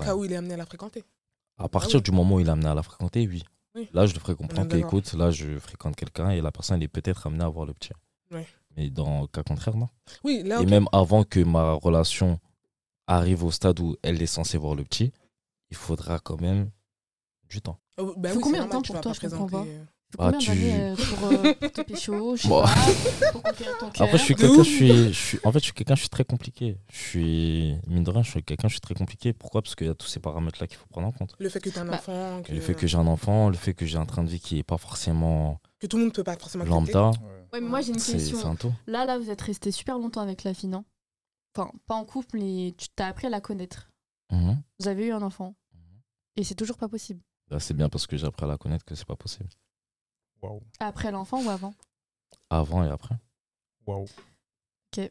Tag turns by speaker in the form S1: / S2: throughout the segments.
S1: cas où il est amené à la fréquenter.
S2: À partir du moment où il est amené à la fréquenter, oui.
S1: Ah Oui.
S2: Là, je le ferai comprendre
S1: est
S2: que,
S1: d'accord.
S2: écoute, là, je fréquente quelqu'un et la personne, elle est peut-être amenée à avoir le petit.
S1: Ouais.
S2: Mais dans le cas contraire, non.
S1: Oui, là,
S2: Et
S1: ok.
S2: même avant que ma relation arrive au stade où elle est censée voir le petit, il faudra quand même du temps.
S1: Oh, bah
S3: Faut
S1: oui, c'est
S3: combien de
S1: normal,
S3: temps
S1: tu
S3: pour
S1: vas
S3: toi,
S1: pas
S3: je comprends
S1: présenter, euh,
S3: Faut
S2: Bah,
S3: combien
S2: tu-
S3: d'années euh, pour, euh, pour te pécho, je sais
S2: Bon.
S3: pas, pour conquérir ton cœur
S2: Après, je suis
S1: De
S2: quelqu'un,
S1: ouf.
S2: je suis, je suis- en fait, je suis quelqu'un, je suis très compliqué. Je suis, mine de rien, je suis quelqu'un, je suis très compliqué. Pourquoi Parce qu'il y a tous ces paramètres-là qu'il faut prendre en compte.
S1: Le fait que tu un
S3: Bah,
S1: enfant, que,
S2: Le fait que j'ai un enfant, le fait que j'ai un train de vie qui est pas forcément
S1: que tout le monde ne peut pas forcément accepter.
S2: lambda,
S3: Ouais, mais moi j'ai une
S2: c'est
S3: question.
S2: c'est un tout.
S3: Là, là, vous êtes resté super longtemps avec la fille, non Enfin, pas en couple, mais tu t'as appris à la connaître.
S2: Mhm.
S3: Vous avez eu un enfant. Et c'est toujours pas possible.
S2: Là, c'est bien parce que j'ai appris à la connaître que c'est pas possible.
S4: Waouh.
S3: Après l'enfant ou avant
S2: Avant et après.
S4: Waouh.
S3: Ok.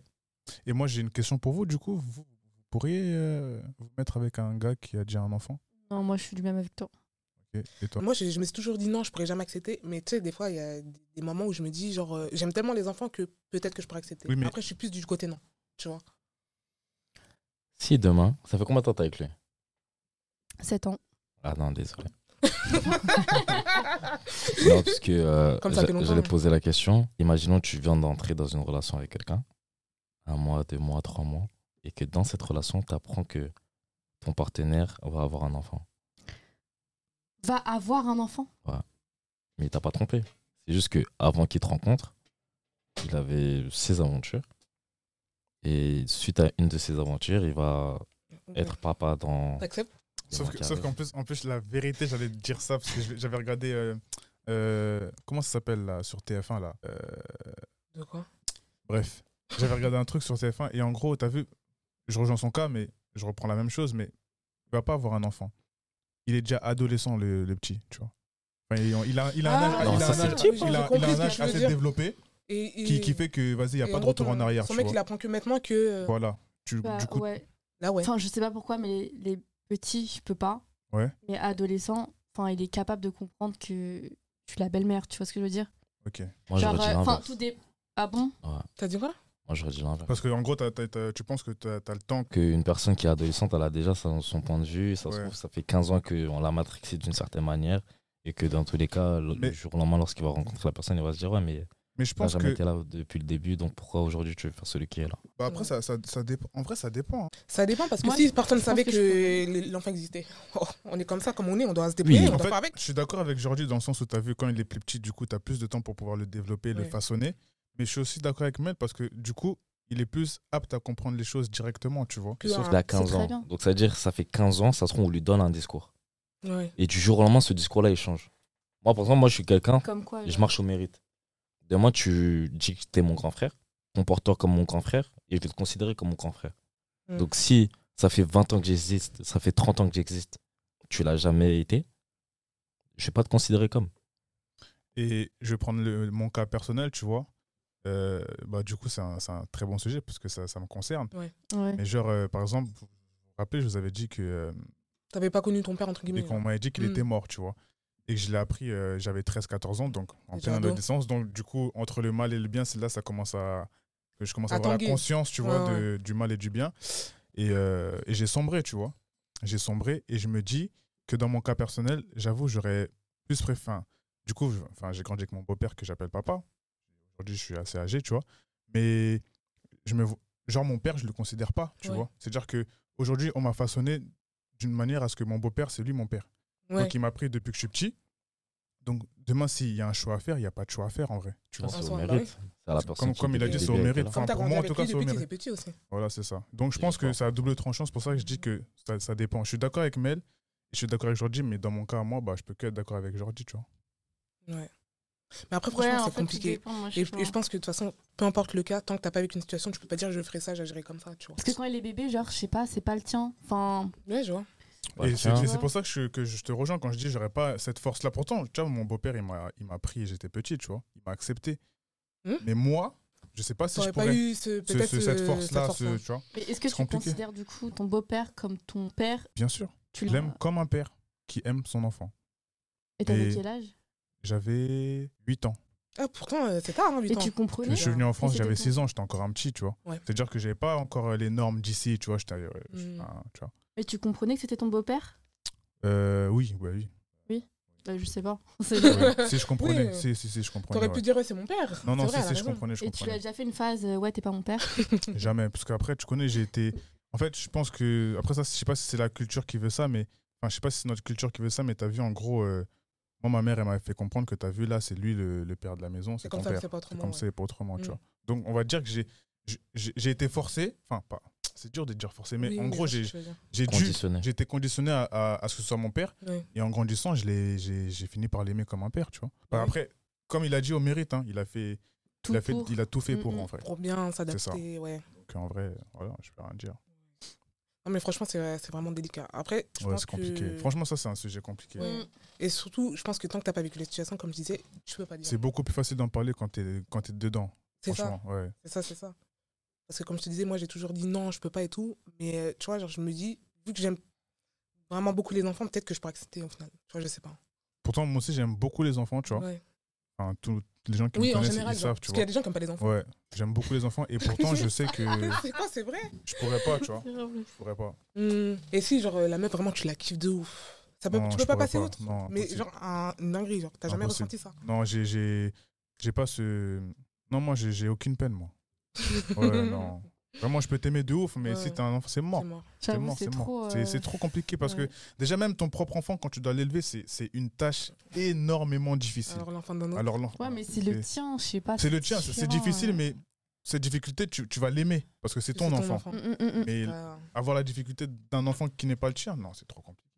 S4: Et moi, j'ai une question pour vous, du coup. Vous, vous pourriez euh, vous mettre avec un gars qui a déjà un enfant
S3: Non, moi je suis du même avec toi.
S4: et, et toi
S1: Moi, je, je me suis toujours dit non, je pourrais jamais accepter. Mais tu sais, des fois, il y a des moments où je me dis, genre, euh, j'aime tellement les enfants que peut-être que je pourrais accepter.
S4: Oui, mais-
S1: Après, je suis plus du côté non. Tu vois
S2: Si demain, ça fait combien de temps t'es avec lui
S3: 7 ans.
S2: Ah non, désolé. non, parce que euh,
S1: Comme ça fait
S2: j'a-
S1: longtemps,
S2: j'allais
S1: ouais.
S2: poser la question. Imaginons que tu viens d'entrer dans une relation avec quelqu'un, un mois, deux mois, trois mois, et que dans cette relation, tu apprends que ton partenaire va avoir un enfant.
S3: Va avoir un enfant
S2: Mais il t'a pas trompé. C'est juste que avant qu'il te rencontre, il avait ses aventures. Et suite à une de ses aventures, il va être papa dans.
S1: T'acceptes
S2: les
S4: Sauf
S2: mois
S4: que-
S2: qui
S4: sauf qu'en
S2: arrivent.
S4: plus, en plus, la vérité, j'allais te dire ça parce que je- j'avais regardé. euh, euh, comment ça s'appelle là sur TF1 là Euh,
S1: De quoi
S4: Bref, j'avais regardé un truc sur TF1 et en gros, t'as vu, je rejoins son cas, mais je reprends la même chose, mais il va pas avoir un enfant. Il est déjà adolescent, le, le petit, tu vois. Enfin, il, il a, il a un
S1: Ah,
S4: âge,
S2: non,
S4: il a
S2: ça,
S4: un
S2: c'est
S4: âge-
S2: le
S1: type,
S4: il
S1: hein,
S4: a-
S1: j'ai
S4: il a
S1: compris
S4: un
S1: ce que
S4: âge
S1: tu veux
S4: assez
S1: dire.
S4: développé
S1: et, et-
S4: qui, qui fait que, vas-y, il n'y a
S1: et
S4: pas de
S1: gros,
S4: retour
S1: ton-
S4: en arrière,
S1: Son
S4: tu
S1: mec,
S4: vois.
S1: il apprend que maintenant que. euh,
S4: Voilà. Tu,
S3: Bah,
S4: du coup,
S3: ouais.
S1: Là, ouais.
S3: Enfin, je sais pas pourquoi, mais les petits, je peux pas.
S4: Ouais.
S3: Mais adolescent, enfin, il est capable de comprendre que je suis la belle-mère, tu vois ce que je veux dire
S4: ok.
S2: Moi,
S3: Genre,
S2: j'aurais dit
S3: euh, enfin,
S2: l'inverse.
S3: tout des. Ah bon
S1: T'as dit quoi
S2: Moi, j'aurais dit l'inverse.
S4: Parce que, en gros, t'as- t'as- t'as- tu penses que tu as, le temps.
S2: qu'une personne qui est adolescente, elle a déjà son, son point de vue. Ça se
S4: Ouais.
S2: trouve, ça fait 15 ans qu'on l'a matrixé d'une certaine manière. Et que dans tous les cas, le
S4: Mais-
S2: le jour au lendemain, lorsqu'il va rencontrer la personne, il va se dire Ouais, mais
S4: Mais je
S2: t'as
S4: pense
S2: jamais
S4: que.
S2: été là depuis le début, donc pourquoi aujourd'hui tu veux faire celui qui est là
S4: bah, après, ça, ça, ça dépend. En vrai, ça dépend. hein.
S1: Ça dépend parce que
S3: Moi,
S1: si personne ne
S3: je pense
S1: savait que,
S3: que je
S1: l'enfant existait, oh, on est comme ça, comme on est, on doit se débrouiller,
S2: Oui.
S1: on
S4: En
S1: doit
S4: fait,
S1: faire avec.
S4: je suis d'accord avec Jordi dans le sens où tu as vu quand il est plus petit, du coup, tu as plus de temps pour pouvoir le développer, le
S1: Ouais.
S4: façonner. Mais je suis aussi d'accord avec Mel parce que, du coup, il est plus apte à comprendre les choses directement, tu vois.
S1: Que
S2: Sauf
S1: un-
S2: qu'il a 15
S3: très
S2: ans.
S3: bien.
S2: Donc ça veut dire que ça fait 15 ans, ça se trouve, on lui donne un discours.
S1: Ouais.
S2: Et du jour au lendemain, ce discours-là, il change. Moi, par exemple, moi, je suis quelqu'un,
S3: Comme quoi
S2: je
S3: genre.
S2: marche au mérite. Demain, tu dis que t'es mon grand frère, comporte-toi comme mon grand frère, et je vais te considérer comme mon grand frère.
S1: Mm.
S2: Donc si ça fait 20 ans que j'existe, ça fait 30 ans que j'existe, tu l'as jamais été, je vais pas te considérer comme.
S4: Et je vais prendre le- mon cas personnel, tu vois. Euh, bah, du coup, c'est un, c'est un très bon sujet parce que ça, ça me concerne.
S3: Ouais.
S4: Mais genre, euh, par exemple, vous vous rappelez, je vous avais dit que euh,
S1: T'avais pas connu ton père, entre
S4: dès
S1: guillemets.
S4: qu'on m'avait dit qu'il
S1: Mm.
S4: était mort, tu vois. Et que je l'ai appris, euh, j'avais 13-14 ans, donc en
S1: Déjà
S4: pleine
S1: ado.
S4: adolescence. Donc, du coup, entre le mal et le bien, c'est là que ça commence à. que je commence à,
S1: À
S4: avoir la
S1: tanguer.
S4: conscience, tu
S1: Ouais,
S4: vois, de- du mal et du bien. Et, euh, et j'ai sombré, tu vois. J'ai sombré et je me dis que dans mon cas personnel, j'avoue, j'aurais plus préféré. Du coup, je- enfin, j'ai grandi avec mon beau-père que j'appelle papa. Aujourd'hui, je suis assez âgé, tu vois. Mais je me vo- genre mon père, je le considère pas, tu
S1: Ouais.
S4: vois. C'est-à-dire que aujourd'hui, on m'a façonné d'une manière à ce que mon beau-père, c'est lui mon père.
S1: Ouais.
S4: Donc il m'a pris depuis que je suis petit. Donc demain, s'il y a un choix à faire, il n'y a pas de choix à faire en vrai. Tu
S2: Ça,
S4: vois.
S1: Ah,
S2: c'est
S1: c'est
S2: au
S1: vrai,
S2: mérite. C'est à la
S4: Comme-
S2: personne
S4: comme il a
S2: depuis
S4: dit,
S2: le
S4: c'est au
S2: début,
S4: mérite.
S2: elle est là.
S1: Comme
S4: enfin,
S1: t'as
S4: pour
S1: grandi
S4: moi, en
S1: avec
S4: tout
S1: lui
S4: cas, c'est au
S1: depuis qu'ils
S4: mérite.
S1: étaient petits aussi.
S4: Voilà, c'est ça. Donc je
S2: C'est
S4: pense que
S2: fort.
S4: ça a double tranchant. C'est pour ça que je dis que ça, ça dépend. Je suis d'accord avec Mel, je suis d'accord avec Jordi, mais dans mon cas, moi, bah, je peux que être d'accord avec Jordi, tu vois.
S1: Mais après,
S3: Ouais,
S1: Ah, franchement,
S3: en
S1: c'est
S3: fait, tout
S1: compliqué.
S3: dépend, moi, je
S1: Et,
S3: pense.
S1: et je pense que de toute façon, peu importe le cas, tant que t'as pas vécu une situation, tu peux pas dire je ferai ça, j'agirai comme ça, tu vois.
S3: Parce que quand il est bébé, genre, je sais pas, c'est pas le tien. Enfin,
S1: Ouais, je vois.
S2: Ouais,
S4: et c'est
S2: Bah, tiens.
S4: et c'est pour ça que je, que je te rejoins quand je dis j'aurais pas cette force-là. Pourtant, tu vois, mon beau-père, il m'a il m'a pris et j'étais petit, tu vois. Il m'a accepté.
S1: Hmm.
S4: Mais moi, je sais pas si je
S1: T'aurais pas
S4: pourrais.
S1: eu ce,
S4: ce-
S1: peut-être
S4: ce- cette
S1: ce-
S4: force-là,
S1: cette
S4: ce-
S1: force-là.
S4: tu vois.
S3: mais est-ce que
S4: C'est
S3: tu
S4: compliqué.
S3: considères du coup ton beau-père comme ton père
S4: Bien sûr.
S3: Tu
S4: Je
S3: l'as-
S4: l'aime comme un père qui aime son enfant.
S3: Et t'avais
S4: Et-
S3: quel âge
S4: J'avais 8 ans.
S1: Ah, pourtant, euh, c'est tard, hein, 8
S3: Et
S1: ans.
S3: tu
S4: Je
S3: comprenais
S4: suis venu en France,
S3: c'était
S4: j'avais
S3: ton-
S4: 6 ans, j'étais encore un petit, tu vois.
S1: Ouais.
S4: C'est-à-dire que j'avais pas encore euh, les normes d'ici, tu vois. J'étais, euh, je-
S1: Hmm.
S4: un- tu vois.
S3: Mais tu comprenais que c'était ton beau-père
S4: Euh, oui, ouais, oui.
S3: Bah, Je sais pas.
S4: Ouais. si je
S1: Oui.
S4: comprenais,
S1: euh,
S4: si, si, si, je comprenais.
S1: T'aurais
S4: ouais.
S1: pu dire, ouais, c'est mon père.
S4: Non, non,
S1: C'est vrai, elle
S4: si,
S1: a
S4: si, je
S1: raison.
S4: comprenais, je
S3: Et tu as
S4: comprenais.
S3: déjà fait une phase euh, ouais t'es pas mon père.
S4: Jamais, parce qu'après, tu connais, j'ai été. En fait, je pense que. Après ça, je sais pas si c'est la culture qui veut ça, mais. Enfin, je sais pas si c'est notre culture qui veut ça, mais t'as vu, en gros. euh, Moi, ma mère, elle m'avait fait comprendre que t'as vu, là, c'est lui le, le père de la maison, c'est
S1: C'est
S4: ton
S1: comme ça,
S4: père.
S1: mais c'est pas
S4: C'est
S1: autrement.
S4: comme
S1: ouais.
S4: ça et pas autrement, tu
S1: Mm.
S4: vois. Donc, on va dire que j'ai. j'ai- J'ai j'ai été forcé, enfin, pas. C'est dur de dire forcé, mais
S1: Oui,
S4: en
S1: oui,
S4: gros,
S1: je vois ce que tu veux
S4: j'ai
S1: dire.
S4: j'ai dû.
S2: Conditionné.
S4: J'ai été conditionné à, à- à ce que ce soit mon père,
S1: Ouais.
S4: et en grandissant, je l'ai- j'ai j'ai fini par l'aimer comme un père, tu vois. Bah,
S1: Oui.
S4: Après, comme il a dit au mérite, hein, il, a fait,
S3: Tout
S4: il, a fait,
S3: pour.
S4: il a tout fait pour,
S3: Mm, mm.
S4: en fait.
S1: Pour bien
S4: ça.
S1: s'adapter, ouais.
S4: Donc, en vrai, voilà, je peux rien dire.
S1: Non, mais franchement, c'est c'est vraiment délicat. Après, je
S4: Ouais,
S1: pense
S4: c'est compliqué.
S1: que-
S4: Franchement, ça, c'est un sujet compliqué.
S1: Ouais.
S3: Mm.
S1: Et surtout, je pense que tant que t'as pas vécu la situation, comme je disais, tu peux pas dire.
S4: C'est beaucoup plus facile d'en parler quand t'es quand t'es dedans.
S1: C'est ça.
S4: franchement, ouais.
S1: C'est ça, c'est ça. Parce que comme je te disais, moi j'ai toujours dit non, je peux pas et tout. Mais euh, tu vois, genre, je me dis, vu que j'aime vraiment beaucoup les enfants, peut-être que je pourrais accepter au final. Tu vois, je sais pas.
S4: Pourtant, moi aussi, j'aime beaucoup les enfants, tu vois.
S1: Ouais.
S4: Enfin, tous les gens qui me
S1: Oui, en
S4: connaissent,
S1: général,
S4: ils
S1: genre,
S4: savent,
S1: parce
S4: tu
S1: qu'il y
S4: vois.
S1: a des gens qui aiment pas les enfants.
S4: Ouais, j'aime beaucoup les enfants et pourtant, je sais que
S1: C'est quoi, c'est vrai
S4: je pourrais pas, tu vois.
S3: C'est horrible.
S4: Je pourrais pas.
S1: Hum, Et si, genre, euh, la meuf, vraiment, tu la kiffes de ouf. Ça peut,
S4: Non,
S1: tu
S4: je
S1: peux pas
S4: pourrais
S1: passer
S4: pas.
S1: outre.
S4: Non,
S1: mais
S4: impossible.
S1: genre, un, une dinguerie, genre, t'as jamais
S4: Impossible.
S1: ressenti ça.
S4: Non, j'ai j'ai j'ai pas ce Non, moi j'ai j'ai aucune peine moi. Ouais, non. Vraiment, je peux t'aimer de ouf, mais
S1: Ouais,
S4: si
S1: ouais.
S4: t'es un enfant, c'est mort.
S1: C'est mort.
S4: C'est
S3: J'avoue,
S4: mort,
S3: c'est
S4: c'est mort.
S3: trop.
S4: C'est
S3: euh,
S4: c'est trop compliqué parce
S3: ouais.
S4: que déjà même ton propre enfant quand tu dois l'élever, c'est c'est une tâche énormément difficile.
S1: Alors, l'enfant d'un autre.
S4: Alors l'enfant-
S3: Ouais, mais c'est le
S4: c'est-
S3: tien, je sais pas.
S4: C'est le tien, c'est- c'est
S3: différent,
S4: difficile,
S3: euh.
S4: mais cette difficulté, tu, tu vas l'aimer parce que c'est ton, enfant.
S3: Mm, mm, mm, mm.
S4: Mais
S1: Bah,
S4: avoir la difficulté d'un enfant qui n'est pas le tien, non, c'est trop compliqué.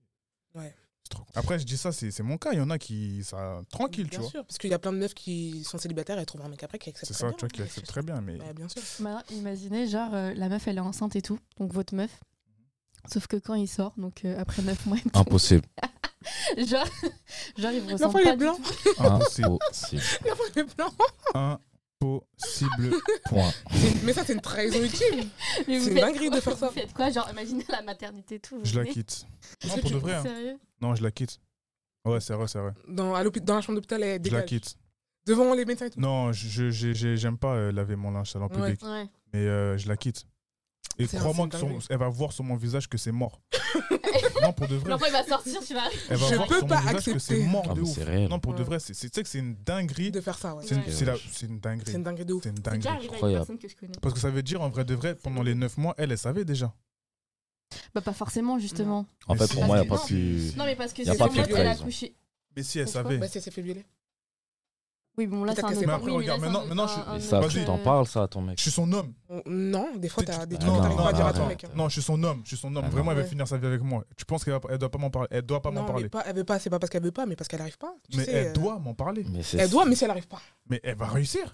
S1: Ouais.
S4: C'est trop compliqué. Après, je dis ça, c'est c'est mon cas. Il y en a qui, ça, tranquille,
S1: bien
S4: tu vois.
S1: sûr, parce qu'il y a plein de meufs qui sont célibataires et trouvent un mec après qui accepte
S4: C'est ça,
S1: très
S4: tu vois,
S1: bien,
S4: qui
S1: hein,
S4: acceptent très bien, mais
S1: Bah, bien sûr.
S3: Maintenant, imaginez, genre, euh, la meuf, elle est enceinte et tout, donc votre meuf. Sauf que quand il sort, donc euh, après 9 mois, il me semble,
S2: Impossible.
S3: genre, genre, il vous ressemble
S1: L'enfant,
S3: pas.
S1: il est
S3: du
S1: blanc.
S3: tout.
S4: impossible.
S2: Impossible.
S1: L'enfant, il est blanc.
S4: impossible.
S2: Point.
S1: C'est- Mais ça, c'est une trahison ultime.
S3: Mais vous
S1: C'est une
S3: faites
S1: dinguerie de
S3: quoi
S1: faire ça.
S3: Vous faites quoi Genre, imaginez la maternité et tout. vous
S4: Je la
S3: venez-
S4: quitte.
S1: Est-ce
S4: Non,
S1: que
S4: pour
S1: tu
S4: de vrai. hein.
S3: Sérieux
S4: Non, je la quitte. Ouais, c'est vrai, c'est vrai.
S1: Dans, à l'hôpi- dans la chambre d'hôpital, elle
S4: Je la
S1: dégage.
S4: quitte.
S1: Devant les médecins et tout.
S4: Non, je- je- j'ai- j'aime pas euh, laver mon linge en
S1: Ouais.
S4: public,
S3: Ouais.
S4: mais euh, je la quitte. Et
S1: C'est un-
S4: crois-moi
S1: c'est une
S4: qu'elle va voir sur mon visage que c'est mort. non, pour de vrai.
S3: L'enfant, il va sortir, tu vas.
S4: Elle va
S1: Je
S4: voir
S1: peux
S4: sur mon
S1: pas
S4: visage que c'est
S1: accepter.
S4: mort
S2: Ah,
S4: de
S2: mais
S4: ouf.
S2: c'est réel.
S4: Non, pour de
S1: Ouais.
S4: vrai, c'est- c'est tu sais que c'est une dinguerie.
S1: De faire ça, ouais.
S4: C'est une,
S3: Ouais.
S4: c'est la- c'est une
S1: C'est une
S4: dinguerie.
S1: dinguerie de ouf.
S4: C'est une
S3: C'est déjà
S4: dinguerie.
S3: arrivé à une
S2: Incroyable.
S3: personne que je connais.
S4: Parce que ça veut dire, en vrai de vrai, pendant les 9 mois, elle, elle savait déjà.
S3: Bah, pas forcément, justement.
S2: En
S4: Mais
S2: fait,
S4: si-
S2: pour moi, il n'y a
S3: parce
S2: pas
S3: que-
S2: plus.
S3: Non, mais parce que
S2: Y a
S3: c'est
S2: pas
S3: la meuf,
S1: qu'une
S3: elle a
S2: raison.
S3: couché.
S4: Mais si, elle
S3: Pourquoi
S4: savait.
S1: Bah, si elle s'est fait violer.
S3: Oui, bon, là, c'est
S1: Peut-être
S3: un
S1: que
S3: autre
S1: c'est- Mais
S4: après,
S3: oui,
S4: regarde,
S3: là, c'est
S4: maintenant-
S3: un-
S4: maintenant,
S3: un-
S4: je-
S3: un
S4: je-
S2: Ça,
S3: autre,
S4: vas-y.
S2: tu t'en
S3: euh,
S2: parles, ça, à ton
S4: Je
S2: mec.
S4: suis son homme.
S1: On- Non, des fois,
S4: Tu-
S1: t'as
S4: tu-
S1: des
S4: Ah,
S1: trucs que
S4: non,
S1: t'arrives
S4: non,
S1: pas à dire à ton mec.
S2: arrête.
S1: hein.
S4: Non, je suis son homme. Je suis son homme.
S2: Ah,
S4: Vraiment, elle va
S1: ouais.
S4: finir sa vie avec moi. Tu penses qu'elle va- elle doit pas m'en parler Elle doit pas m'en
S1: Non,
S4: parler.
S1: mais pas, elle veut pas, c'est pas parce qu'elle veut pas, mais parce qu'elle arrive pas. Tu
S4: mais
S1: sais,
S4: elle
S1: euh,
S4: doit m'en parler.
S2: Mais c'est-
S1: Elle doit, mais si elle arrive pas.
S4: Mais elle va réussir.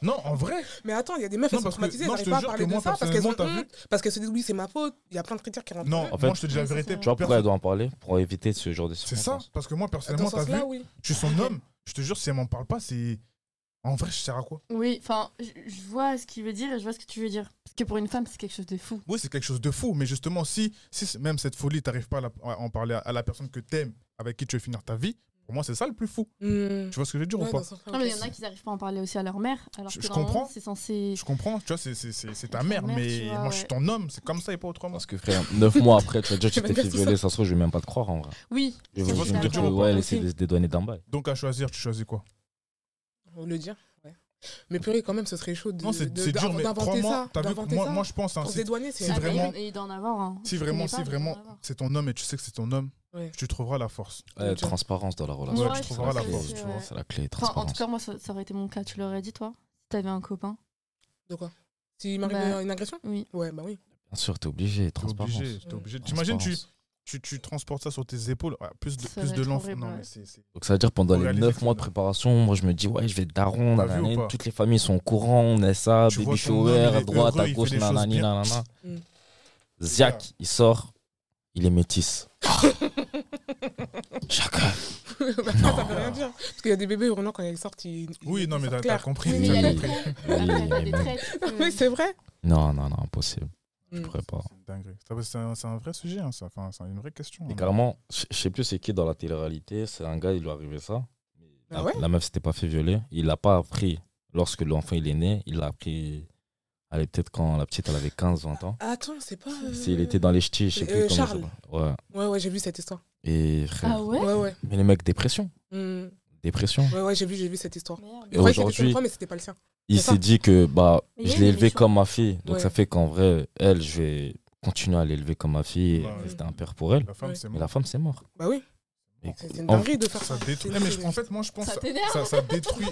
S4: non, en vrai.
S1: Mais attends, il y a des meufs, elles
S4: Non,
S1: sont
S4: parce que-
S1: traumatisées, elles
S4: non, je
S1: n'arrivent
S4: te
S1: pas à
S4: jure que
S1: parler de
S4: moi,
S1: ça parce qu'elles ont
S4: personnellement, t'as
S1: honte, parce qu'elles se disent oui, c'est ma faute. Il y a plein de critères qui rentrent.
S4: Non,
S1: dedans.
S2: En
S4: moi,
S2: fait-
S4: je te dis la
S3: Ouais, c'est
S4: vérité.
S3: ça.
S2: Tu vois, pourquoi
S4: personne-
S2: elle doit en parler Pour éviter ce genre de
S4: C'est ça.
S2: circonstances.
S4: Parce que moi,
S1: dans
S4: personnellement,
S1: ce
S4: t'as vu,
S1: sens-là, oui.
S4: je suis son homme. Je te jure, si elle m'en parle pas, c'est. En vrai, je sers à quoi
S3: Oui, enfin, je- je vois ce qu'il veut dire et je vois ce que tu veux dire. Parce que pour une femme, c'est quelque chose de fou.
S4: Oui, c'est quelque chose de fou, mais justement, si, si c- même cette folie, t'arrives pas à, la- à en parler à, à la personne que t'aimes, avec qui tu veux finir ta vie, pour moi, c'est ça le plus fou.
S1: Mmh.
S4: Tu vois ce que je veux dire
S1: Ouais,
S4: ou pas
S1: dans ce sens-là,
S3: Non, mais il y
S1: ok.
S3: en a qui n'arrivent pas à en parler aussi à leur mère. Alors
S4: Je-
S3: que
S4: je
S3: normalement,
S4: comprends.
S3: C'est censé.
S4: Je comprends, tu vois, c'est- c'est c'est- c'est ta
S3: C'est ta
S4: mère,
S3: mère,
S4: mais
S3: tu vois,
S4: moi, je suis
S3: ouais.
S4: ton homme, c'est comme ça et pas autrement.
S2: Parce que frère, 9 mois après, tu as déjà,
S1: Tu
S2: tu
S1: vas
S2: t'es
S1: dire
S2: fait
S1: ça.
S2: violer, ça se trouve, je vais même pas te croire en vrai.
S3: Oui.
S2: Je
S4: Tu
S2: vais
S4: vois
S2: juste
S4: ce
S2: me
S4: que
S2: dire
S4: je
S2: que
S4: veux dire
S2: ouais, elle essaie de se dédouaner d'un bail.
S4: Donc, à choisir, tu choisis quoi
S1: On le dire. Ouais. Mais purée, quand même, ce serait chaud de-
S4: Non, c'est
S1: de-
S4: c'est dur,
S1: d'inventer
S4: mais
S1: ça,
S4: crois-moi, t'as vu,
S1: d'inventer
S4: moi,
S1: ça.
S4: moi, je pense, hein,
S1: Pour se
S4: si,
S1: dédouaner, c'est
S4: si
S1: Ah, bah,
S4: vraiment-
S3: Et d'en avoir un.
S4: si
S3: Tu
S4: vraiment,
S3: connais
S4: si
S3: pas, mais d'en
S4: vraiment
S3: avoir.
S4: c'est ton homme et tu sais que c'est ton homme,
S1: Ouais.
S4: tu trouveras la force.
S1: Ouais, tu vois.
S2: Euh, transparence dans la relation.
S4: Ouais, tu
S2: c'est
S4: trouveras la
S2: clé,
S4: force,
S2: tu
S3: ouais.
S2: vois, C'est la clé,
S3: Enfin, en tout
S2: transparence.
S3: cas, moi, ça, ça aurait été mon cas. Tu l'aurais dit, toi Si t'avais un copain
S1: De quoi S'il m'arrive
S3: Bah,
S1: une agression
S3: Oui.
S1: Ouais, bah oui.
S2: Bien sûr, t'es obligé,
S4: T'es
S2: transparence.
S4: obligé, t'es
S1: Ouais.
S4: obligé. T'imagines, tu,
S2: Transparence.
S4: tu, tu transportes ça sur tes épaules, ah, plus de,
S3: Ça
S4: plus
S3: va
S4: de
S3: être
S4: l'enfant.
S3: horrible,
S4: Non,
S3: ouais.
S4: mais c'est- c'est-
S2: Donc ça veut dire pendant
S4: Faut
S2: les
S4: réaliser
S2: 9
S4: que-
S2: mois de préparation, moi je me dis ouais je vais être daron,
S4: T'as vu
S2: nanani,
S4: ou pas
S2: toutes les familles sont au courant, NSA,
S4: Tu
S2: baby
S4: vois ton homme, il
S2: shower,
S4: est
S2: à droite,
S4: heureux, il
S2: à
S4: fait
S2: gauche,
S4: les choses
S2: nanani,
S4: bien.
S2: nanana.
S1: Mm.
S2: Ziak, il sort, il est métisse. Chacun.
S1: Bah, ça veut rien dire. Parce qu'il y a des bébés, vraiment, quand ils sortent, ils.
S4: Oui,
S1: ils
S4: non, mais
S1: sortent
S4: t'as- t'as
S1: clair.
S4: compris.
S3: Oui, mais il y
S4: t'as
S3: a les
S4: compris.
S3: traites.
S2: Oui,
S3: Après, il y a
S2: mais
S3: des
S2: même-
S3: traites.
S5: euh,
S1: Oui, c'est vrai.
S2: Non, non, non, impossible. Je
S4: Hmm.
S1: Mm.
S2: pourrais pas.
S4: C'est une dinguerie. C'est- C'est un, c'est un vrai sujet, hein, ça. Enfin, c'est une vraie question.
S2: Et
S4: hein.
S2: carrément, je je sais plus c'est qui dans la télé-réalité, c'est un gars, il lui arrivait ça.
S1: Ah
S2: La,
S1: ouais
S2: la meuf s'était pas fait violer. Il l'a pas appris lorsque l'enfant il est né. Il l'a appris Allez, peut-être quand la petite, elle avait 15, 20 ans.
S1: Attends, c'est pas. euh,
S2: S'il était dans les ch'tis, je sais
S1: euh,
S2: plus comment il
S1: Charles.
S2: s'appelle. Ouais.
S1: Ouais, ouais, j'ai vu cette histoire.
S2: Et frère,
S5: Ah ouais
S1: Ouais, ouais.
S2: Mais les mecs, dépression.
S1: Hmm.
S2: Dépression.
S1: Ouais, ouais, j'ai vu, j'ai vu cette histoire.
S5: Merde.
S2: Et
S1: Je croyais que c'était son
S2: aujourd'hui-
S1: enfant, mais c'était pas le sien.
S2: Il
S1: C'est ça.
S2: s'est dit que bah,
S5: Mais il y a
S2: je
S5: une
S2: l'ai élevé
S5: évolution.
S2: comme ma fille. Donc
S1: Ouais.
S2: ça fait qu'en vrai, elle, je vais continuer à l'élever comme ma fille.
S1: Bah
S4: Ouais.
S2: C'était un père pour elle.
S4: La femme,
S1: Ouais.
S4: c'est
S2: Mais
S4: mort.
S2: la femme, c'est mort.
S1: Bah oui,
S2: Et-
S1: c'est une
S2: en-
S1: dinguerie de faire ça.
S4: Ça détruit.
S1: C'est-
S4: Eh, mais je- en fait, moi, je pense.
S5: Ça
S4: Ça,
S5: t'énerve
S4: ça, détruit.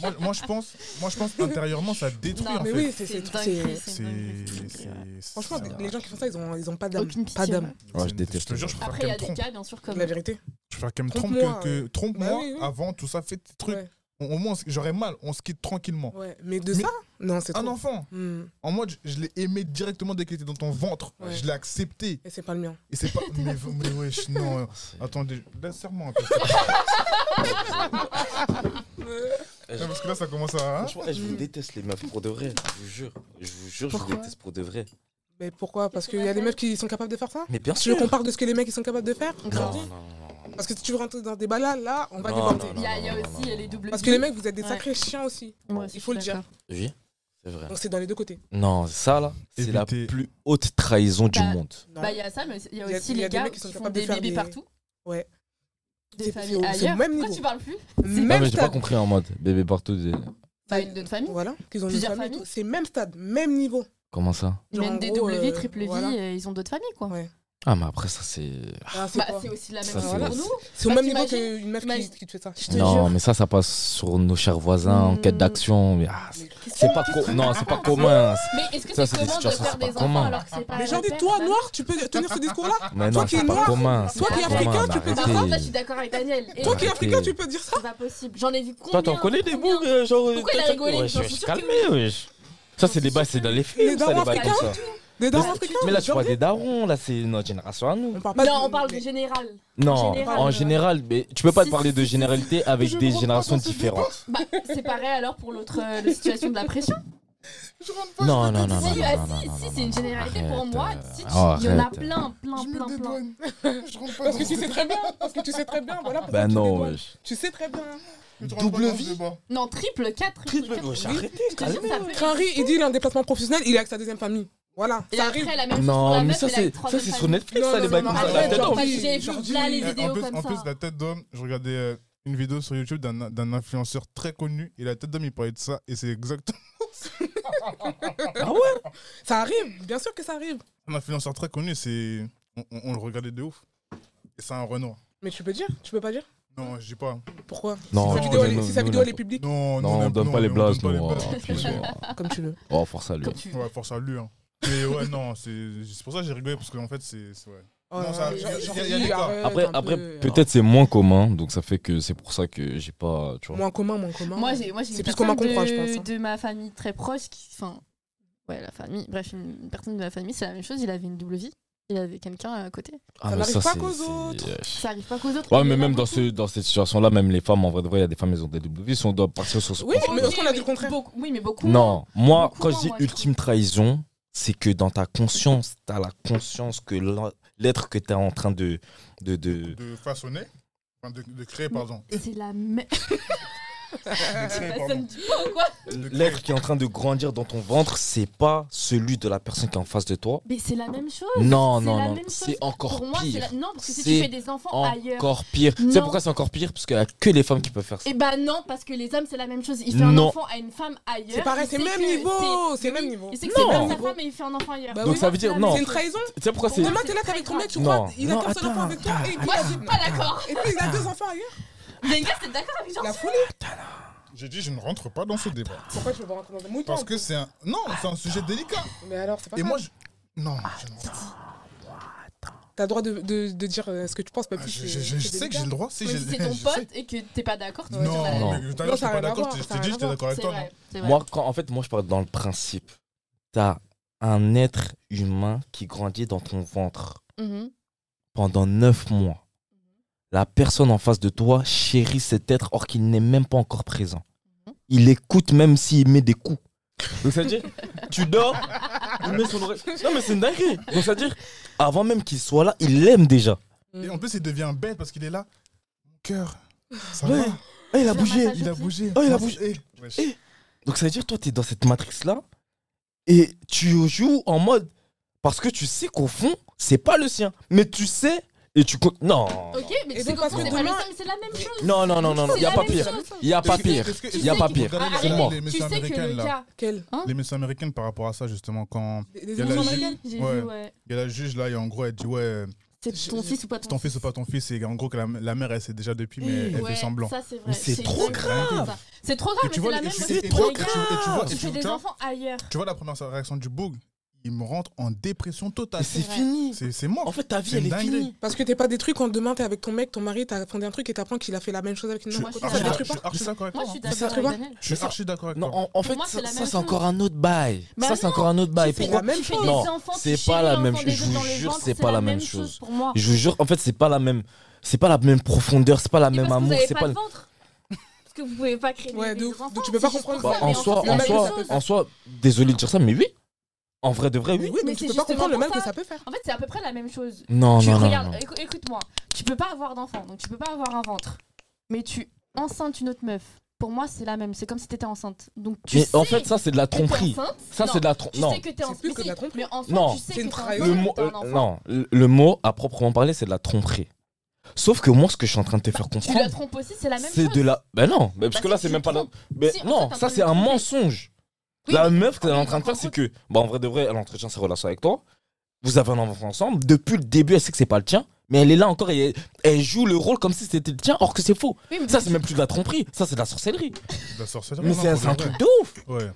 S4: moi, moi, je pense, moi, je pense intérieurement, ça détruit.
S5: Non,
S4: en
S1: Mais
S4: fait.
S1: oui, c'est- c'est.
S5: une
S1: c'est-
S5: dinguerie,
S4: C'est.
S5: c'est une dinguerie,
S4: c'est-
S5: c'est vrai.
S1: Franchement,
S4: c'est-
S1: les gens qui font ça, ils ont, ils ont pas d'âme.
S5: Aucune
S1: Pas
S5: pitié.
S1: d'âme.
S5: ouais.
S4: c'est-
S2: Ouais, je
S4: c'est-
S2: déteste.
S4: Je te jure, je préfère
S5: Après, il y a
S4: qu'elle
S5: des
S4: me trompe.
S5: cas, bien sûr, comme.
S1: La vérité.
S4: Je préfère qu'elle me trompe
S1: Trompe-moi,
S4: que. que-
S1: Bah
S4: Trompe-moi
S1: oui, oui.
S4: avant tout ça, fait tes trucs.
S1: Ouais,
S4: Au- Au moins, on se- j'aurais mal, on se quitte tranquillement.
S1: ouais. Mais de
S4: Mais-
S1: ça Non, c'est
S2: Ah
S4: Un
S1: trop.
S4: enfant,
S1: Hmm.
S4: en mode, je- je l'ai aimé directement dès qu'il était dans ton ventre.
S1: Ouais.
S4: Je l'ai accepté.
S1: Et c'est pas le mien.
S4: Et c'est pas. Mais, vous- mais wesh,
S1: Ah,
S4: non.
S2: Ah.
S4: Attendez, là, serre-moi un peu. Non, Eh, parce que là, ça commence
S1: Ah.
S4: à. hein
S2: Franchement, eh, je vous déteste les meufs pour de vrai, je vous jure. Je vous jure, je vous
S5: Pourquoi
S2: déteste pour de vrai.
S1: Mais pourquoi Parce
S5: Qu'est-ce
S1: qu'il y
S5: qu'on
S1: a
S5: a
S1: des
S5: fait
S1: meufs qui sont capables de faire ça
S2: Mais bien
S1: Tu veux
S2: sûr
S1: qu'on parle de ce que les mecs ils sont capables de faire
S2: Non,
S5: Non,
S2: non,
S1: aujourd'hui
S2: non, non.
S1: Parce que si tu veux rentrer dans des balades là, on va
S2: Non,
S1: déborder.
S2: non,
S5: Il y a il y a aussi les doubles.
S1: Parce que les mecs, vous êtes des
S5: Ouais.
S1: sacrés chiens aussi.
S5: Ouais,
S1: il faut le dire.
S2: Oui, c'est vrai.
S1: Donc c'est dans les deux côtés.
S2: Non, ça là, c'est la
S4: Évitez.
S2: plus haute trahison du
S5: Bah,
S2: monde.
S1: Non.
S5: Bah, il y a ça, mais il y a
S1: Il y a-
S5: aussi
S1: il y a
S5: les
S1: des
S5: gars
S1: mecs qui
S5: qui
S1: sont
S5: font
S1: capables de
S5: des
S1: faire
S5: bébés
S1: des-
S5: partout.
S1: Ouais. C'est-
S5: Des
S1: c'est au-
S5: familles
S1: c'est au
S5: ailleurs.
S1: même
S5: Pourquoi
S1: niveau.
S5: tu parles plus
S2: Non,
S1: Même
S2: mais j'ai pas
S1: stade.
S2: compris en mode bébé partout. des-
S5: Bah, une d'une famille.
S1: Voilà, qu'ils ont une
S5: Plusieurs
S1: famille et tout.
S5: familles.
S1: C'est même stade, même niveau.
S2: Comment ça
S1: Genre, en
S5: Même des
S1: gros,
S5: double vie,
S1: euh,
S5: triple vie,
S1: voilà.
S5: euh, ils ont d'autres familles, quoi.
S1: Ouais.
S2: Ah, mais après, ça c'est.
S1: Ah, c'est
S5: Bah,
S1: quoi
S5: c'est aussi la même
S2: Ça,
S5: chose
S1: c'est-
S5: pour nous.
S1: C'est au
S5: Bah,
S1: même niveau
S5: t'imagines-
S1: qu'une meuf qui,
S5: t'imagines-
S1: qui te fait ça.
S5: Je te
S2: Non,
S5: jure.
S2: mais ça, ça passe sur nos chers voisins en quête
S5: Mm.
S2: d'action. Mais ah, c'est- c'est pas co- non, c'est pas commun. c'est-
S5: Mais est-ce que
S2: Ça, c'est
S5: c'est
S2: des
S5: commun de
S2: situations,
S5: faire
S2: c'est pas
S5: des
S2: commun.
S5: enfants alors que c'est pas.
S1: Ah, Mais
S5: la
S1: genre,
S5: paire,
S1: toi
S5: bah,
S1: noir, tu peux tenir ce discours-là
S2: Mais
S1: Toi
S2: non,
S1: qui es
S2: c'est pas
S1: noir,
S2: commun.
S1: toi
S2: c'est
S1: qui es
S2: pas
S1: africain,
S2: commun,
S1: tu peux
S5: Par contre, là, je
S2: arrêtez.
S5: suis d'accord avec Daniel. Et
S1: Toi qui es
S2: Arrêtez.
S1: africain, tu peux dire ça
S5: C'est pas possible. J'en ai vu combien
S2: Toi, t'en connais des
S5: combien
S2: bouts, euh, genre.
S5: Pourquoi il a
S2: toi,
S5: rigolé
S2: wesh,
S5: J'en
S2: wesh,
S5: suis sûre
S2: calmé, wesh. Ça, c'est des bails, c'est dans les films.
S1: Les
S2: ça,
S1: darons
S2: les bails comme
S1: africains.
S2: ça.
S1: Des darons africains
S2: Mais là, tu vois des darons, là, c'est notre génération à nous.
S1: On parle pas
S5: Non,
S1: de-
S5: on parle
S1: mais-
S5: du général.
S2: Non,
S5: général,
S2: en
S5: euh,
S2: général, mais tu peux pas
S5: si,
S2: parler de généralité avec
S4: Je
S2: des
S4: rentre pas
S2: générations
S4: dans ce
S2: différentes.
S5: Bah, c'est pareil alors pour l'autre euh, la situation de la pression.
S4: Je rentre pas,
S2: Non,
S4: je me
S2: non, non, non.
S5: si,
S2: non,
S5: ah,
S2: non,
S5: si,
S2: non,
S5: si,
S2: non,
S5: c'est une
S2: non,
S5: généralité pour
S2: arrête,
S5: moi.
S2: euh,
S5: Si,
S2: arrête.
S5: il y en a plein, plein,
S4: Je me
S5: plein, plein.
S4: dédouane. Je rentre pas
S1: Parce que
S4: dans
S1: tu
S4: ce
S1: sais très bien, parce que tu sais très bien, voilà pourquoi
S2: Bah
S1: tu
S2: non,
S1: dédouanes.
S2: wesh.
S1: Tu sais très bien.
S4: Je rentre pas
S2: Double
S4: dans ce
S2: vie.
S4: débat.
S5: Non, triple, quatre.
S2: Triple,
S5: quatre,
S2: wesh,
S5: oui.
S2: arrêtez,
S5: Je te jure,
S2: calmez.
S5: ça peut-
S1: Crary, il dit il est en déplacement professionnel, il est avec sa deuxième famille. Voilà,
S5: Et
S1: ça arrive.
S5: après, la même chose pour la
S2: Non, mais
S5: meuf,
S2: ça,
S5: elle a
S2: c'est
S5: une
S2: ça,
S5: troisième
S2: c'est sur
S5: famille. Ah,
S2: Netflix,
S1: Non,
S2: ça,
S1: non,
S2: les bails
S1: non,
S2: comme
S1: non,
S2: ça.
S1: arrête,
S2: La tête hein.
S1: genre,
S2: en
S1: pas-
S2: vie.
S5: J'ai vu
S1: Jordi,
S5: plein les
S1: eh,
S4: Eh, en,
S5: vidéos
S4: plus,
S5: comme
S4: en plus,
S5: ça.
S4: la tête d'homme, je regardais euh, une vidéo sur YouTube d'un d'un influenceur très connu et la tête d'homme, il parlait de ça et c'est exactement
S2: Ah ouais
S1: Ça arrive, bien sûr que ça arrive.
S4: un influenceur très connu, c'est on, on- on le regardait de ouf. Et c'est un Renoir.
S1: Mais tu peux dire, tu peux pas dire
S4: Non, je dis pas.
S1: Pourquoi
S2: Non,
S1: Si sa
S4: non,
S1: vidéo,
S4: non,
S1: elle est-
S2: non,
S1: si sa
S2: non,
S1: vidéo
S2: non.
S1: elle est publique,
S4: Non,
S2: Non, on
S4: n'aime-
S2: donne pas les
S4: on
S2: blagues,
S4: donne pas
S2: nous. ah,
S4: les blagues. hein,
S2: puis, euh,
S1: comme tu veux.
S2: Oh, force à lui.
S5: Quand tu-
S4: Ouais, force à lui. Hein. Mais ouais, non, c'est c'est pour ça que j'ai rigolé parce qu'en fait, c'est. c'est- ouais.
S1: Oh,
S4: Non, ça
S1: genre,
S4: arrive. Il y a-
S1: genre,
S4: il y a
S1: oui,
S4: des cas.
S1: arrête,
S2: Après,
S1: un
S2: après
S1: peu. euh,
S2: peut-être c'est moins commun, donc ça fait que c'est pour ça que j'ai pas. Tu vois.
S1: Moins commun, moins commun.
S5: Moi, j'ai moi, j'ai
S1: C'est
S5: une
S1: plus commun
S5: personne
S1: qu'on croit, je pense,
S5: de,
S1: hein.
S5: de ma famille très proche qui. Enfin, ouais, la famille. Bref, une une personne de ma famille, c'est la même chose. Il avait une double vie. Il avait quelqu'un à côté.
S2: Ah,
S1: Ça
S2: mais
S1: n'arrive pas
S2: c'est-
S1: qu'aux
S2: c'est-
S1: autres.
S2: euh,
S5: Ça arrive pas qu'aux autres.
S2: Ouais,
S5: Il y
S2: mais
S5: en a
S2: même dans,
S5: beaucoup.
S2: ce, dans cette situation-là, même les femmes, en vrai de vrai, il y a des femmes, elles ont des doubles vies. Si on doit partir sur ce
S1: Oui,
S2: principe-
S1: mais est-ce qu'on a dit le
S5: mais
S1: contraire
S5: beaucoup- Oui, mais beaucoup.
S2: Non, moi,
S5: Beaucoup
S2: quand
S5: moins,
S2: je dis
S5: moi, je
S2: ultime trahison, c'est que dans ta conscience, t'as la conscience que l'en- l'être que t'es en train de. de, de...
S4: De façonner, enfin, de, de créer, pardon.
S5: C'est la même.
S4: De créer,
S5: Ça me
S4: pardon.
S5: dit pas ou quoi
S4: De créer.
S2: L'être qui est en train de grandir dans ton ventre, c'est pas celui de la personne qui est en face de toi.
S5: Mais c'est la même chose.
S2: Non,
S5: c'est
S2: non,
S5: la
S2: non,
S5: même chose.
S2: c'est encore
S5: Pour moi, c'est
S2: pire.
S5: la... non, parce que si
S2: C'est
S5: tu fais des enfants ailleurs.
S2: encore pire. Tu sais
S5: Non.
S2: pourquoi c'est encore pire Parce qu'il n'y a que les femmes qui peuvent faire ça.
S5: Eh ben non, parce que les hommes, c'est la même chose. Il fait un
S2: Non.
S5: enfant à une femme ailleurs.
S1: C'est pareil,
S5: il
S1: c'est
S5: sait
S1: même
S5: que
S1: niveau, c'est
S5: oui,
S1: même niveau.
S5: Il sait que
S2: Non.
S5: c'est pas sa femme et il fait un enfant ailleurs.
S1: Bah
S2: Donc
S1: oui.
S2: ça veut dire-
S5: C'est la
S2: non.
S1: C'est
S5: même
S1: une
S5: chose.
S1: trahison
S2: Tu sais pourquoi c'est.
S1: Demain,
S5: c'est
S1: t'es là,
S5: très
S1: t'es avec ton mec, tu
S2: grave.
S1: crois,
S2: Non,
S1: il a
S2: non,
S1: qu'un seul enfant
S2: attends,
S1: avec toi et il
S5: Moi,
S1: a-
S5: je suis pas d'accord.
S1: et puis il a deux enfants ailleurs.
S5: Les gars, c'est d'accord avec Jean
S1: La folie.
S4: J'ai dit, je ne rentre pas dans ce débat.
S1: Pourquoi je veux pas rentrer dans un mouton
S4: Parce que c'est un. Non, c'est un sujet délicat.
S1: Mais alors, c'est pas Ah,
S4: Et
S1: ça.
S4: moi, je. Non, je ne rentre pas.
S1: T'as le droit de, de, de dire euh, ce que tu penses,
S4: Ah,
S1: papy.
S4: je,
S1: c'est-
S4: je- je
S1: c'est
S4: sais que
S1: délicat.
S4: j'ai le droit. Si
S5: Même
S4: j'ai
S5: si c'est ton
S4: je sais.
S5: pote et que t'es pas d'accord, tu vas dire la
S4: Non,
S5: vérité.
S2: Non.
S4: mais tout à l'heure,
S1: ça
S4: j'étais
S1: a
S4: pas
S1: rien à
S4: d'accord.
S1: voir,
S4: Je
S1: ça
S4: t'ai
S1: a
S4: dit,
S1: rien
S4: j'étais
S1: à
S4: d'accord avec
S5: C'est
S4: toi.
S5: vrai, c'est vrai.
S2: Moi, quand, en fait, moi, je parle dans le principe. T'as un être humain qui grandit dans ton ventre
S5: Mhm.
S2: pendant 9 mois. La personne en face de toi chérit cet être or qu'il n'est même pas encore présent.
S5: Mhm.
S2: Il écoute même s'il met des coups. Donc ça veut dire, tu dors, il met son oreille. Non mais c'est une dinguerie. Donc ça veut dire, avant même qu'il soit là, il l'aime déjà.
S1: Mm.
S4: Et en plus, il devient bête parce qu'il est là. Mon cœur, ça
S2: Ouais.
S4: va.
S2: Ah, il a
S5: C'est un
S2: bougé.
S5: massage.
S4: Il a bougé.
S2: Oh, il a
S4: Moi,
S2: bougé.
S4: c'est- eh, wesh.
S2: Eh. Donc ça veut dire, toi, t'es dans cette matrice-là. et tu joues en mode parce que tu sais qu'au fond, c'est pas le sien. Mais tu sais et tu con- non.
S5: Ok, mais
S1: Et
S5: tu sais
S1: donc,
S5: qu'au
S1: parce
S5: fond,
S1: que
S5: c'est pas le
S1: demain-
S5: sien, mais c'est la même chose.
S2: Non non non non, non,
S5: C'est
S2: il y a
S5: la
S2: pas
S5: même
S2: pire.
S5: chose.
S2: Il y a pas pire.
S5: Tu
S2: Il y a
S5: sais
S2: pas
S5: que-
S2: pire.
S5: Ah,
S2: C'est
S5: arrête,
S2: moi.
S5: Tu sais que le gars.
S1: Quelle
S4: Les missions américaines par rapport à ça, justement, quand
S1: Des- des
S4: y a la
S1: émissions
S4: ju-
S1: américaines
S5: J'ai
S4: Ouais.
S5: vu, ouais.
S4: il y a la juge là et en gros elle dit ouais,
S5: C'est ton
S1: Je-
S5: fils ou pas
S4: c'est
S5: ton
S4: ton
S5: fils
S4: fils ou pas ton fils, et en gros que la, la mère elle sait déjà depuis, mais elle
S5: Eh, Ouais,
S4: fait semblant.
S5: Ça, c'est vrai.
S2: Mais c'est
S5: C'est
S2: trop
S5: exactement
S2: grave.
S5: ça. C'est trop grave,
S4: Et
S5: mais
S4: tu
S5: c'est
S4: vois,
S5: la
S4: et
S5: même
S4: tu
S5: chose.
S4: sais-
S2: C'est
S4: et
S2: trop
S4: tu- et tu- et tu vois- et
S5: Tu
S4: tu-
S5: fais
S4: tu
S5: des
S4: vois-
S5: enfants ailleurs.
S4: Tu vois la première réaction du bug, il me rentre en dépression
S2: Et
S4: totale.
S2: c'est
S5: C'est vrai.
S2: fini.
S4: C'est c'est mort.
S2: En fait, ta vie
S4: C'est
S2: elle
S4: une
S2: est
S4: dinguerie.
S2: finie.
S1: Parce que t'es pas détruit quand demain t'es avec ton mec, ton mari, t'as fondé un truc et t'apprends qu'il a fait la même chose avec une
S4: Je suis
S1: autre.
S5: Moi,
S4: archi
S5: c'est
S1: Ça te
S5: ça.
S4: d'accord-
S1: détruit
S4: je suis
S1: pas
S4: archi d'accord avec
S5: Moi, je
S4: toi.
S5: suis
S4: hein.
S1: Ça
S5: d'accord
S1: te
S5: avec
S1: voit
S5: Daniel.
S4: Je suis
S2: ça-
S4: archi d'accord avec
S2: Non,
S4: toi.
S2: en, en fait,
S5: moi, c'est
S2: ça,
S5: la
S2: ça,
S5: même
S2: c'est
S5: chose.
S2: encore un autre bail.
S5: Bah
S2: ça, c'est
S5: non.
S2: encore un autre bail.
S1: C'est
S2: Pourquoi
S1: la même
S5: Tu fais
S1: chose.
S5: des
S2: Non,
S5: enfants, tu
S2: c'est
S5: chies
S2: pas la
S5: l'enfant
S2: même
S5: des
S2: chose. Je
S5: autres dans
S2: vous
S5: le
S2: jure,
S5: ventre,
S2: c'est pas la même chose.
S5: pour moi.
S2: Je vous jure, en fait, c'est pas la même. C'est pas la même profondeur, c'est pas la
S5: Et
S2: même
S5: parce que vous
S2: amour,
S5: avez
S2: c'est
S5: pas,
S2: pas.
S5: de
S2: le-
S5: ventre. Parce que vous pouvez pas créer des-
S1: Ouais,
S5: des,
S1: de ouf.
S5: enfants.
S1: Donc tu peux pas
S5: c'est juste
S1: comprendre
S5: pour
S2: Bah,
S1: ça,
S5: mais
S2: en soi,
S5: fait,
S2: en
S5: c'est la même
S2: soi,
S5: chose.
S2: en soi, désolé de dire ça, mais oui. En vrai, de vrai,
S1: Mais
S2: oui.
S1: oui, mais
S5: Mais c'est
S1: tu peux pas
S5: justement
S1: comprendre le
S5: pour
S1: mal que
S5: ça.
S1: ça peut faire.
S5: En fait, c'est à peu près la même chose.
S2: Non,
S5: tu
S2: Oh non, non,
S5: regardes,
S2: non.
S5: écou- écoute-moi, tu peux pas avoir d'enfant, donc tu peux pas avoir un ventre. Mais tu enceintes une autre meuf. Pour moi, c'est la même. C'est comme si t'étais enceinte. Donc tu
S2: Mais
S5: sais
S2: en fait, ça, c'est de la
S5: que t'es
S2: tromperie.
S5: enceinte.
S2: Ça,
S5: Non,
S2: c'est de la tromperie.
S5: Tu
S2: Non.
S5: sais que t'es enceinte.
S1: plus
S5: Mais
S1: que de
S5: si,
S1: la tromperie.
S5: Mais enfin,
S2: Non.
S5: tu sais
S1: C'est une
S5: que t'es
S1: trahison.
S2: le
S5: enceinte,
S2: mot,
S5: t'as un
S2: euh,
S5: enfant.
S2: non, le le mot à proprement parler, c'est de la tromperie. Sauf que moi, ce que je suis en train de te faire
S5: Tu la
S2: comprendre,
S5: trompes aussi, c'est la même chose.
S2: c'est de la. Ben non, ben
S5: Bah,
S2: parce que
S5: si,
S2: là,
S5: tu
S2: c'est même
S5: te
S2: pas la.
S5: trompes.
S2: Ben
S5: Si, en fait,
S2: non,
S5: t'es en
S2: ça,
S5: train de
S2: c'est un
S5: me tromper.
S2: mensonge.
S5: Oui,
S2: La meuf qu'elle est
S5: oui,
S2: en train de
S5: mais
S2: faire, c'est que, bah, en vrai de vrai, elle entretient ses relations avec toi. Vous avez un enfant ensemble. Depuis le début, elle sait que c'est pas le tien. Mais elle est là encore et elle, elle joue le rôle comme si c'était le tien, or que c'est faux.
S5: Oui, mais
S2: Ça, c'est même plus de la tromperie. Ça, c'est de la sorcellerie.
S4: C'est de la sorcellerie.
S2: Mais
S4: non,
S2: c'est
S4: pour
S2: c'est un
S4: de vrai.
S2: truc de ouf.
S4: Ouais.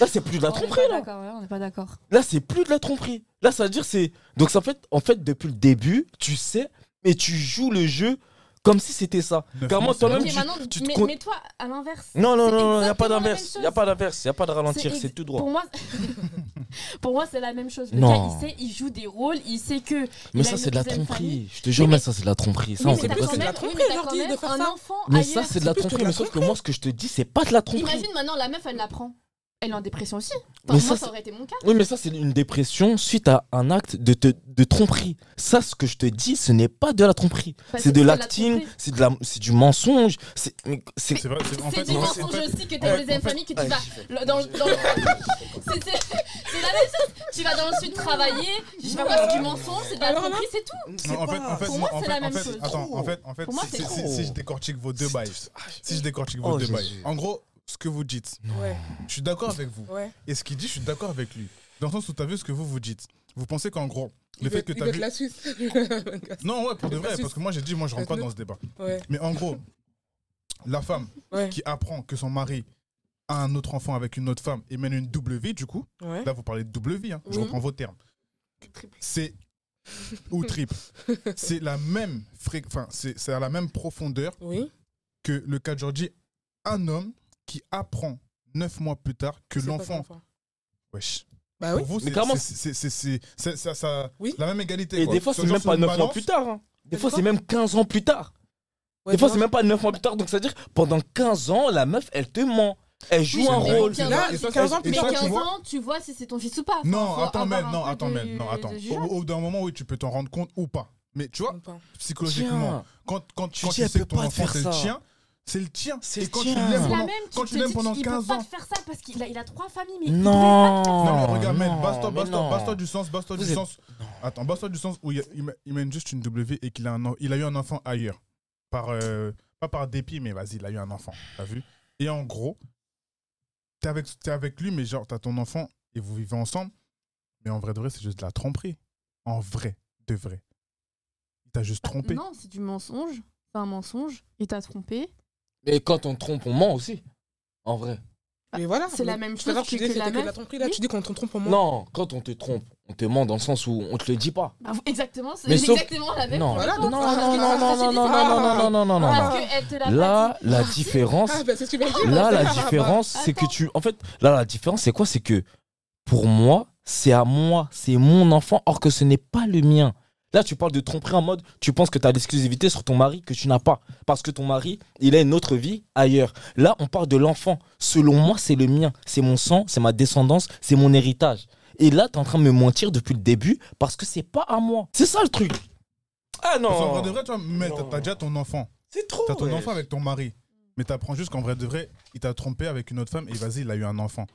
S2: Là, c'est plus de la
S5: on est
S2: tromperie,
S5: pas
S2: là.
S5: d'accord, ouais, On n'est pas d'accord.
S2: Là, c'est plus de la tromperie. Là, ça veut dire c'est. Donc, ça fait, en fait, depuis le début, tu sais, mais tu joues le jeu comme si c'était ça.
S4: Neuf
S2: Comment
S4: mois, c'est
S2: toi-même,
S5: Ok,
S4: long.
S2: tu-
S5: maintenant,
S2: tu te
S5: mais,
S2: con-
S5: mais toi, à l'inverse.
S2: Non, non, non, non, il
S5: C'est
S2: n'y a
S5: exactement
S2: pas
S5: la même
S2: d'inverse. Il
S5: chose.
S2: n'y a pas d'inverse. Il n'y a pas de ralentir.
S5: ex-
S2: C'est tout droit.
S5: Pour moi, pour moi, c'est la même chose. Le
S2: Non.
S5: gars, il sait, il joue des rôles, il sait que.
S2: Mais
S5: il
S2: ça,
S5: a
S2: c'est de
S5: une
S2: la
S5: deuxième famille.
S2: tromperie. Je te jure,
S5: Oui,
S2: mais
S5: mais-
S2: ça, c'est de la tromperie. Ça,
S5: Oui,
S2: on
S5: mais
S2: sait
S5: t'as
S2: pas
S5: quand
S2: c'est de la
S5: même-
S1: tromperie,
S5: oui, mais t'as
S1: leur
S5: quand
S1: dire de
S5: même
S1: faire
S5: un
S1: ça.
S5: enfant
S2: Mais
S5: ailleurs.
S2: ça, c'est de la
S1: C'est plus que
S2: tromperie.
S1: de la
S2: Mais sauf que
S1: tromperie.
S2: moi, ce que je te dis, c'est pas de la tromperie.
S5: Imagine maintenant, la meuf, elle la prend. Elle est en dépression aussi.
S2: Mais
S5: Enfin, moi,
S2: ça,
S5: ça,
S2: c'est-
S5: aurait été mon cas.
S2: Oui, mais ça, c'est une dépression suite à un acte de, te- de tromperie. Ça, ce que je te dis, ce n'est pas de la tromperie.
S5: Parce
S2: C'est
S5: que
S2: de
S5: c'est de la
S2: l'acting,
S5: tromperie.
S2: c'est de la- c'est du mensonge. C'est. mais c'est-
S4: C'est vrai, c'est- en
S5: C'est
S4: fait,
S5: du
S4: en
S5: mensonge
S4: fait-
S5: aussi que
S4: en
S5: t'as une
S4: fait-
S5: deuxième
S4: en fait-
S5: famille que tu vas. le- Dans, le- dans le- c'est c'est- c'est la même chose. Tu vas dans le sud travailler, je sais pas quoi, c'est du mensonge, c'est de la
S1: Alors là-
S5: tromperie, c'est tout.
S2: C'est
S4: Non, en fait,
S2: pas-
S4: en fait,
S5: Pour moi,
S4: en
S5: c'est
S4: fait-
S5: la
S4: en
S5: même
S4: fait,
S5: chose.
S4: Attends, en fait, en fait,
S5: Pour moi,
S4: si-
S5: c'est
S4: si-
S2: trop.
S4: si si je décortique vos deux bails, si je décortique vos
S2: Oh,
S4: deux bails.
S2: Jésus.
S4: En gros, ce que vous dites,
S1: Ouais,
S4: je suis d'accord avec vous.
S1: ouais.
S4: Et ce qu'il dit, je suis d'accord avec lui. Dans le sens où tu as vu ce que vous vous dites. Vous pensez qu'en gros, le
S1: Il
S4: fait
S1: veut-
S4: que
S1: il
S4: tu as
S1: veut de
S4: vu.
S1: la Suisse.
S4: Non, ouais, pour
S1: Il
S4: de
S1: veut
S4: vrai,
S1: la
S4: parce
S1: suite.
S4: que moi j'ai dit, moi je rentre pas
S1: Faites-le.
S4: dans ce débat.
S1: Ouais,
S4: Mais en gros, la femme
S1: ouais,
S4: qui apprend que son mari a un autre enfant avec une autre femme et mène une double vie, du coup,
S1: ouais.
S4: là vous parlez de double vie, hein, je
S2: Mhm.
S1: Oui.
S4: reprends vos termes. C'est. ou triple. C'est la même fré- enfin, c'est c'est à la même profondeur
S1: Oui.
S4: que le cas de Georgie, un homme qui apprend neuf mois plus tard que
S1: c'est pas
S4: l'enfant.
S1: son enfant.
S4: Wesh.
S1: Bah oui.
S4: Pour vous,
S2: Ah Mais clairement,
S4: c'est- c'est- c'est- c'est c'est- ça- ça-
S1: Oui.
S4: la même égalité.
S2: Et
S4: quoi.
S2: des fois, c'est
S4: genre
S2: même
S4: sur
S2: pas
S4: une
S2: 9 mois
S4: balance,
S2: plus tard. hein. Des
S1: C'est
S2: fois,
S1: quoi
S2: c'est même 15 ans plus tard.
S1: Ouais,
S2: Des fois,
S1: non,
S2: c'est même pas 9 mois plus tard. Donc, c'est-à-dire, pendant 15 ans, la meuf, elle te ment. Elle joue
S1: c'est
S2: un
S1: vrai.
S2: rôle.
S5: Tiens,
S4: Et
S1: Là,
S4: ça, et ça,
S1: 15 ans plus
S4: et
S5: Mais
S1: tard,
S4: ça, tu
S5: 15
S4: vois-
S5: ans, tu vois si c'est ton fils ou pas. Enfin,
S4: Non,
S5: faut
S4: attends,
S5: avoir
S4: mais
S5: un
S4: non,
S5: peu
S4: attends,
S5: de-
S4: mais non, attends.
S5: de
S4: Au,
S5: jugement.
S4: au bout d'un moment, oui, tu peux t'en rendre compte ou pas. Mais tu vois,
S1: même pas.
S4: psychologiquement, quand, quand,
S2: Tu
S4: quand
S2: dis,
S4: tu
S2: elle
S4: sais que
S2: peut
S4: ton
S2: pas te
S4: enfant
S2: faire
S4: c'est le
S2: ça.
S4: tien, c'est le tien.
S2: C'est
S4: et
S2: le
S4: quand
S2: tien.
S4: Tu l'aimes
S5: C'est la
S4: pendant-
S5: même, tu
S4: quand
S5: te
S4: tu l'aimes
S5: dis,
S4: pendant
S5: il peut
S4: 15
S5: pas
S4: ans.
S5: te faire ça parce qu'il a, il a trois familles. Mais il
S2: Non.
S4: Non, mais regarde, mec,
S2: non,
S4: basse-toi,
S2: mais
S4: basse-toi,
S2: non.
S4: basse-toi du sens, basse-toi
S2: Vous
S4: du
S2: êtes-
S4: sens. Attends, basse-toi du sens où il, y a- il mè- il mène juste une W et qu'il a, un en- il a eu un enfant ailleurs. Par, euh, pas par dépit, mais vas-y, il a eu un enfant. T'as vu Et en gros, t'es avec, t'es avec lui, mais genre, t'as ton enfant et vous vivez ensemble. Mais en vrai de vrai, c'est juste de la tromperie. En vrai de vrai. Il t'a juste
S5: peut pas-
S4: trompé.
S5: Non, c'est du mensonge. C'est un mensonge. Il t'a trompé.
S2: Mais quand on trompe, on ment aussi. En vrai.
S1: Mais voilà.
S5: Ah, C'est la
S1: Mais
S5: même
S1: tout à
S5: chose
S1: l'heure, tu
S5: que-
S1: disais
S5: que
S1: c'était
S5: la
S1: que de la
S5: meuf.
S1: tromperie. Là,
S5: Oui.
S1: tu dis qu'on te trompe pour moi.
S2: Non, quand on te trompe, on te ment dans le sens où on te le dit pas.
S5: Bah, exactement, c'est
S2: Mais sauf-
S5: exactement la même
S2: Non.
S5: chose.
S1: Voilà,
S2: Non, non,
S1: parce que-
S2: non, non,
S1: parce que
S2: non,
S1: c'est
S2: non,
S1: différent.
S2: non, non, non, non, non, non.
S5: Parce qu'elle te l'a
S2: Là,
S5: Ah, pas dit.
S2: la
S5: Ah, si.
S2: différence,
S1: Ah, bah c'est ce que tu viens de dire.
S2: là, la
S1: Ah, bah,
S2: différence, c'est que
S5: Attends.
S2: tu. En fait, là, la différence, c'est quoi C'est que pour moi, c'est à moi, c'est mon enfant, or que ce n'est pas le mien. Là, tu parles de tromperie en mode, tu penses que tu as l'exclusivité sur ton mari que tu n'as pas. Parce que ton mari, il a une autre vie ailleurs. Là, on parle de l'enfant. Selon moi, c'est le mien. C'est mon sang, c'est ma descendance, c'est mon héritage. Et là, tu es en train de me mentir depuis le début parce que c'est pas à moi. C'est ça le truc. Ah
S4: Parce qu'en vrai
S2: non
S4: de vrai, tu vois, mais t'as- t'as déjà ton enfant.
S2: C'est trop
S4: T'as ton
S2: ouais.
S4: enfant avec ton mari, mais t'apprends juste qu'en vrai de vrai, il t'a trompé avec une autre femme et vas-y, il a eu un enfant.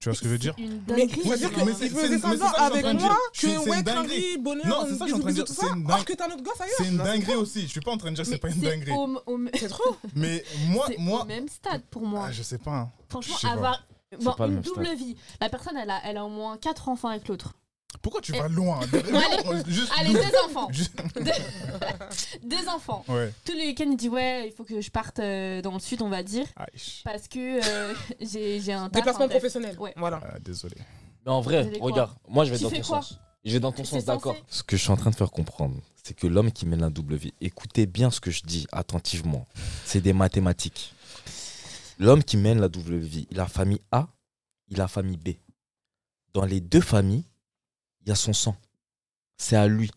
S4: Tu vois ce que je veux dire
S5: Une
S1: Mais
S5: dinguerie.
S1: on va
S4: Ouais,
S1: dire
S4: mais
S1: que
S4: c'est-
S1: il
S4: c'est-
S1: faisait
S4: mais c'est ça
S1: semblant
S4: que je suis en
S1: avec
S4: train de
S1: moi
S4: dire. Je suis-
S1: que
S4: c'est
S1: ouais,
S4: une dinguerie.
S1: cringy, bonheur,
S4: Non, c'est ça que je suis en
S1: bisous,
S4: train de
S1: bisous,
S4: dire,
S1: tout
S4: c'est
S1: ça.
S4: une
S1: Alors
S4: dingue-
S1: que t'as un autre gosse ailleurs.
S4: C'est une
S1: Non,
S4: dinguerie aussi. Je suis pas en train de dire que c'est pas une dinguerie.
S5: au- au-
S1: C'est trop.
S4: Mais moi,
S5: c'est au
S4: moi,
S5: même stade pour moi.
S4: Ah, je sais pas. hein. je sais
S5: Franchement,
S4: pas.
S5: avoir bon,
S2: pas le
S5: une
S2: même
S5: double
S2: stade.
S5: vie. La personne, elle a, elle a au moins 4 enfants avec l'autre.
S4: Pourquoi tu
S5: Eh.
S4: vas loin
S5: Allez.
S4: Juste
S5: Allez,
S4: double-
S5: deux enfants.
S4: Juste-
S5: Deux enfants.
S4: Ouais.
S5: Tous les week-ends, il dit Ouais, il faut que je parte euh, dans le sud, on va dire.
S4: Aïe.
S5: Parce que euh, j'ai j'ai un. taf,
S1: Déplacement
S5: un taf.
S1: professionnel.
S5: Ouais.
S1: Voilà.
S4: Ah, désolé.
S2: Mais en
S5: Vous
S2: vrai,
S5: allez quoi
S2: regarde, moi je vais
S5: Tu
S2: dans
S5: fais
S2: ton
S5: quoi
S2: sens. Je vais dans ton
S5: C'est
S2: sens,
S5: censé.
S2: d'accord. Ce que je suis en train de faire comprendre, c'est que l'homme qui mène la double vie, écoutez bien ce que je dis attentivement, c'est des mathématiques. L'homme qui mène la double vie, il a famille A, il a famille B. Dans les deux familles, il y a son sang. C'est à lui.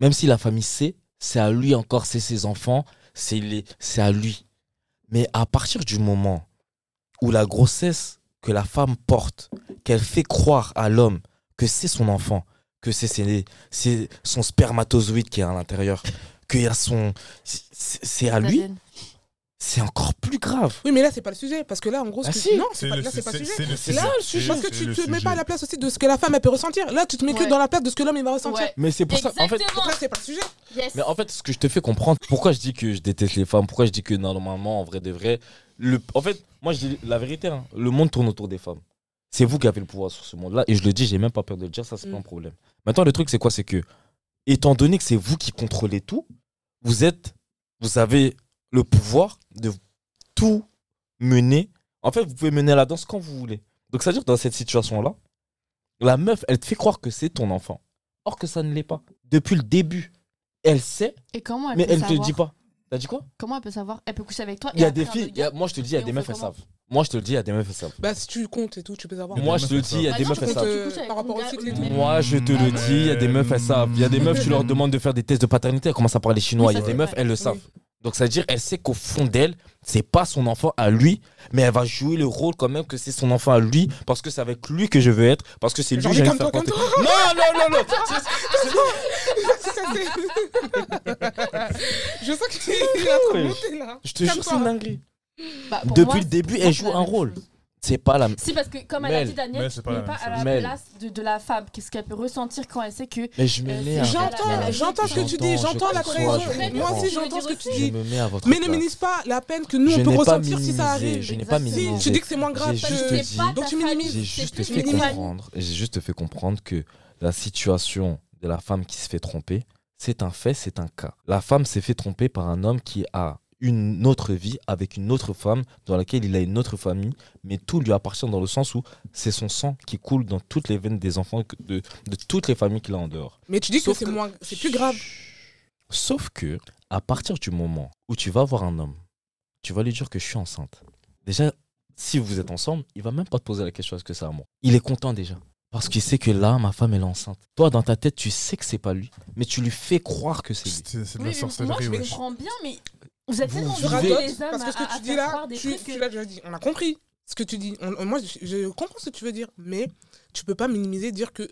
S2: Même si la famille C, c'est à lui encore, c'est ses enfants, c'est les- c'est à lui. Mais à partir du moment où la grossesse que la femme porte, qu'elle fait croire à l'homme que c'est son enfant, que c'est ses- c'est son spermatozoïde qui est à l'intérieur, qu'il y a son. c'est- C'est à Ah, lui,
S5: ADN.
S2: c'est encore plus grave.
S1: Oui, mais là, c'est pas le sujet. Parce que là, en gros, ce
S2: Ah
S5: Bah
S1: que-
S2: si.
S1: non, c'est pas- là, c'est pas le sujet.
S4: le
S1: Là, le sujet, parce que
S4: C'est
S1: tu
S4: le
S1: te mets
S4: sujet.
S1: pas à la place aussi de ce que la femme elle peut ressentir. Là, tu te mets que
S5: Ouais.
S1: dans la place de ce que l'homme il va ressentir.
S5: Ouais.
S2: Mais c'est pour ça. En fait,
S5: Exactement.
S1: Donc là, c'est pas le sujet.
S5: Yes.
S2: mais en fait, ce que je te fais comprendre, pourquoi je dis que je déteste les femmes, pourquoi je dis que normalement, en vrai de vrai, le, en fait, moi, je dis la vérité, hein, le monde tourne autour des femmes. C'est vous qui avez le pouvoir sur ce monde-là, et je le dis, j'ai même pas peur de le dire, ça, c'est pas
S1: Mm.
S2: un problème. Maintenant, le truc, c'est quoi C'est que, étant donné que c'est vous qui contrôlez tout, vous êtes, vous avez le pouvoir de tout mener. En fait, vous pouvez mener la danse quand vous voulez. Donc, c'est-à-dire, que dans cette situation-là, la meuf, elle te fait croire que c'est ton enfant. Or que ça ne l'est pas. Depuis le début, elle sait
S5: Et comment elle
S2: mais
S5: peut
S2: elle te
S5: savoir
S2: le dit pas. T'as dit quoi
S5: Comment elle peut savoir Elle peut coucher avec toi.
S2: Il y
S5: et
S2: a
S5: après
S2: des
S5: un
S2: filles,
S5: autre
S2: il y a-
S5: gars.
S2: moi je te le dis, il y a
S5: Et
S2: des
S5: on
S2: meufs
S5: fait
S2: elles
S5: comment
S2: savent. Moi je te le dis, il y a des meufs elles savent.
S1: Bah, si tu comptes et tout, tu peux savoir.
S4: Mais
S2: Moi
S4: des
S2: je te le
S4: meufs,
S2: dis,
S4: elles
S2: il y a
S5: savent.
S2: des
S5: Bah,
S2: meufs elles
S5: non,
S2: savent.
S5: tu
S1: Euh,
S5: couches avec
S1: par rapport
S5: ton
S1: au
S5: gars
S1: cycle
S5: ou
S1: et
S5: même-
S1: tout.
S2: Moi je te le dis, il y a des meufs elles savent. Il y a des meufs tu leur demandes de faire des tests de paternité, elles commencent à parler chinois.
S5: Oui,
S2: Il y
S5: ça,
S2: a des
S5: c'est
S2: meufs
S5: vrai.
S2: elles le savent. Donc ça veut dire elle sait qu'au fond d'elle, c'est pas son enfant à lui, mais elle va jouer le rôle quand même que c'est son enfant à lui parce que c'est avec lui que je veux être, parce que c'est lui
S1: Genre,
S2: que j'ai envie de
S1: calme-toi,
S2: faire porter. Non non non non.
S1: Ça, c'est- je sens qu'il est en train de monter là.
S2: Je te jure
S1: Calme-toi.
S2: c'est une dinguerie.
S5: Bah, pour
S2: Depuis
S5: moi,
S2: le début,
S5: c'est
S2: elle joue
S5: la
S2: un
S5: même
S2: rôle.
S5: chose.
S2: C'est pas la
S5: Si, parce que comme elle a
S2: Mel.
S5: dit Daniel,
S4: Mel,
S5: tu
S4: c'est
S5: n'es
S4: pas
S5: pas,
S4: la même
S5: à la
S2: chose. Mel.
S5: place de, de la femme. Qu'est-ce qu'elle peut ressentir quand elle sait que.
S2: mais je me
S5: Euh,
S2: mets à
S5: c'est-
S2: votre
S1: J'entends,
S2: place.
S1: j'entends ce que tu dis,
S2: je
S1: j'entends la
S2: conçois,
S1: raison.
S2: je
S1: Moi
S2: comprends.
S1: aussi, j'entends ce que tu
S2: Je
S1: dis.
S2: me mets à votre
S1: Mais ne
S2: place.
S1: minimise pas la peine que nous
S2: Je
S1: on peut
S2: n'ai pas
S1: ressentir si ça
S2: minimisé,
S1: arrive.
S2: Je n'ai pas
S5: Exactement.
S1: Si,
S2: minimisé.
S1: tu dis que c'est moins grave.
S2: J'ai
S1: parce
S2: juste
S1: que-
S2: dit-
S1: Donc tu minimises.
S2: J'ai juste te
S1: plus
S2: fait
S1: minimal.
S2: comprendre. J'ai juste te fait comprendre que la situation de la femme qui se fait tromper, c'est un fait, c'est un cas. La femme s'est fait tromper par un homme qui a une autre vie avec une autre femme dans laquelle il a une autre famille, mais tout lui appartient dans le sens où c'est son sang qui coule dans toutes les veines des enfants que- de, de toutes les familles qu'il a en dehors.
S1: Mais tu dis que
S2: Sauf
S1: c'est
S2: que-
S1: moins, c'est plus grave.
S2: Sauf que, à partir du moment où tu vas voir un homme, tu vas lui dire que je suis enceinte. Déjà, si vous êtes ensemble, il va même pas te poser la question est-ce que c'est à moi. Il est content déjà. Parce qu'il sait que là, ma femme, elle est enceinte. Toi, dans ta tête, tu sais que c'est pas lui, mais tu lui fais croire que c'est lui.
S4: C'est c'est de
S5: Oui,
S4: la
S5: mais moi,
S4: sorcellerie,
S5: je
S4: wesh.
S5: comprends bien, mais vous êtes
S2: Vous
S5: tellement
S1: Je
S2: Vous
S5: doués,
S2: vivez-
S1: radote
S5: les hommes,
S1: parce que ce
S5: à-
S1: que
S5: à
S1: tu dis
S5: faire
S1: là,
S5: croire des
S1: tu,
S5: trucs
S1: tu
S5: que-
S1: l'as déjà dit. On a compris ce que tu dis. On- on- moi, je, je comprends ce que tu veux dire, mais tu peux pas minimiser dire que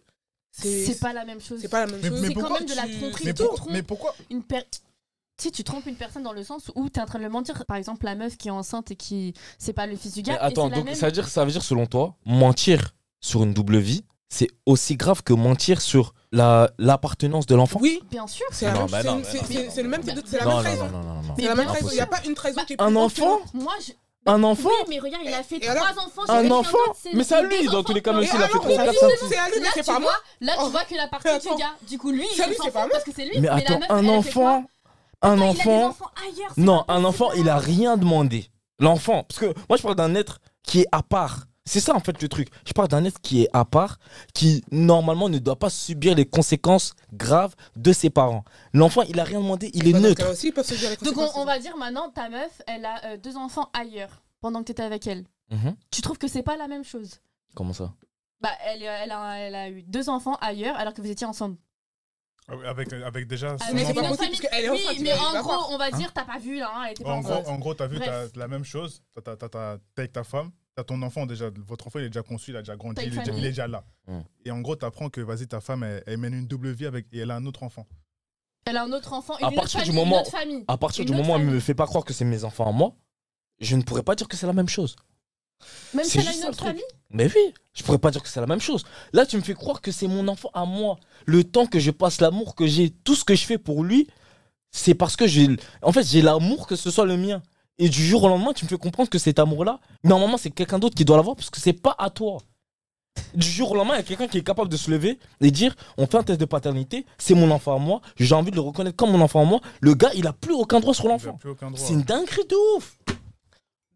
S1: c'est
S5: C'est pas la même chose.
S1: c'est pas la même
S4: Mais-
S1: chose.
S4: mais
S5: C'est quand
S4: pourquoi
S5: même de la
S1: tu-
S5: tromperie.
S4: Mais,
S5: Tu
S4: pour-
S5: trompes
S4: mais pourquoi
S5: une per- Tu sais, tu trompes une personne dans le sens où t'es en train de le mentir. Par exemple, la meuf qui est enceinte et qui. C'est pas le fils du gars.
S2: Mais
S5: et
S2: attends,
S5: c'est la
S2: donc
S5: même-
S2: ça, veut dire, ça veut dire, selon toi, mentir sur une double vie, c'est aussi grave que mentir sur la- l'appartenance de l'enfant
S1: Oui,
S5: Bien sûr.
S1: c'est la
S2: Non,
S1: même-
S2: bah
S1: c'est
S2: non,
S1: une-
S2: bah
S1: c'est-
S2: non,
S1: c'est-
S2: non,
S1: c'est le même
S5: non,
S1: type de- c'est la
S2: non,
S1: même
S2: non, non,
S1: trahison.
S2: non, non, non.
S1: C'est la même
S5: Mais
S1: trahison. Il n'y a pas une trahison qui est plus
S2: Un
S1: forte que l'autre.
S2: enfant
S5: Moi, je.
S2: Un enfant
S5: Oui, mais regarde, il a fait
S1: Et
S5: trois
S1: alors-
S5: enfants. j'ai
S2: Un
S5: quelqu'un
S2: enfant
S5: d'autre, c'est-
S2: Mais c'est à
S5: deux
S2: lui, dans
S5: enfants.
S2: tous les cas, même
S1: Et
S2: s'il a fait
S1: alors,
S2: 3,
S1: on
S2: 4,
S1: dit
S2: 5,
S1: que c'est à lui, mais
S5: Là,
S1: c'est
S5: tu
S1: pas moi.
S5: vois, là,
S1: Oh.
S5: tu vois que la partie
S1: Mais
S5: du
S1: attends.
S5: gars, du coup, lui,
S1: C'est
S5: il
S1: lui,
S5: s'en
S1: c'est
S5: fout
S1: pas moi.
S5: parce que c'est lui.
S2: Mais
S5: la
S2: attends,
S5: meuf, elle,
S2: un
S5: elle fait quoi
S2: enfant, un
S5: Putain, Il a des
S2: enfant,
S5: enfants ailleurs. c'est
S2: non,
S5: pas
S2: un
S5: possible.
S2: enfant, il a rien demandé. L'enfant, parce que moi je parle d'un être qui est à part. C'est ça en fait le truc. Je parle d'un être qui est à part, qui normalement ne doit pas subir les conséquences graves de ses parents. L'enfant, il a rien demandé, il est
S1: Bah, dans ce
S2: neutre.
S1: cas-là aussi, ils peuvent se dire les
S5: Donc on,
S1: conséquences.
S5: on va dire maintenant, ta meuf, elle a euh, deux enfants ailleurs pendant que t'étais avec elle.
S2: Mhm.
S5: Tu trouves que c'est pas la même chose
S2: Comment ça
S5: Bah, elle, euh, elle, a, elle a eu deux enfants ailleurs alors que vous étiez ensemble.
S4: Ah oui, avec, avec déjà son
S1: mais c'est
S5: Avec
S1: pas
S5: une
S4: enfant.
S5: autre
S1: possible, parce
S5: famille.
S1: qu'elle est
S5: oui,
S1: enceinte,
S5: mais
S1: elle va
S5: en
S1: voir.
S5: gros, on va dire, t'as pas vu là, hein, elle était pas
S4: En
S5: enceinte.
S4: gros, en gros, t'as vu, t'as
S5: Bref.
S4: la même chose. T'as- t'as- t'as- t'as- T'es avec ta femme, t'as ton enfant déjà. Votre enfant, il est déjà conçu, il a déjà grandi,
S5: T'as une
S4: il est déjà,
S5: famille.
S4: il est déjà là.
S2: Mm.
S4: Et en gros, t'apprends que, vas-y, ta femme, elle, elle mène une double vie avec, et elle a un autre enfant.
S5: Elle a un autre enfant, une
S2: À
S5: autre
S2: partir du
S5: famille,
S2: moment-
S5: une autre famille.
S2: À partir
S5: Une
S2: du
S5: autre
S2: moment où elle
S5: famille.
S2: me fait pas croire que c'est mes enfants à moi, je ne pourrais pas dire que c'est la même chose.
S5: Même si
S2: Ah, C'est
S5: elle a
S2: juste
S5: une
S2: ça,
S5: autre
S2: le truc.
S5: famille
S2: Mais oui, je pourrais pas dire que c'est la même chose. Là, tu me fais croire que c'est mon enfant à moi. Le temps que je passe, l'amour que j'ai, tout ce que je fais pour lui, c'est parce que j'ai. En fait, j'ai l'amour que ce soit le mien. Et du jour au lendemain, tu me fais comprendre que cet amour-là, normalement, c'est quelqu'un d'autre qui doit l'avoir parce que c'est pas à toi. Du jour au lendemain, il y a quelqu'un qui est capable de se lever et dire on fait un test de paternité, c'est mon enfant à moi, j'ai envie de le reconnaître comme mon enfant à moi. Le gars, il a plus aucun droit sur
S4: Il a
S2: l'enfant.
S4: plus aucun droit.
S2: C'est une dinguerie de ouf.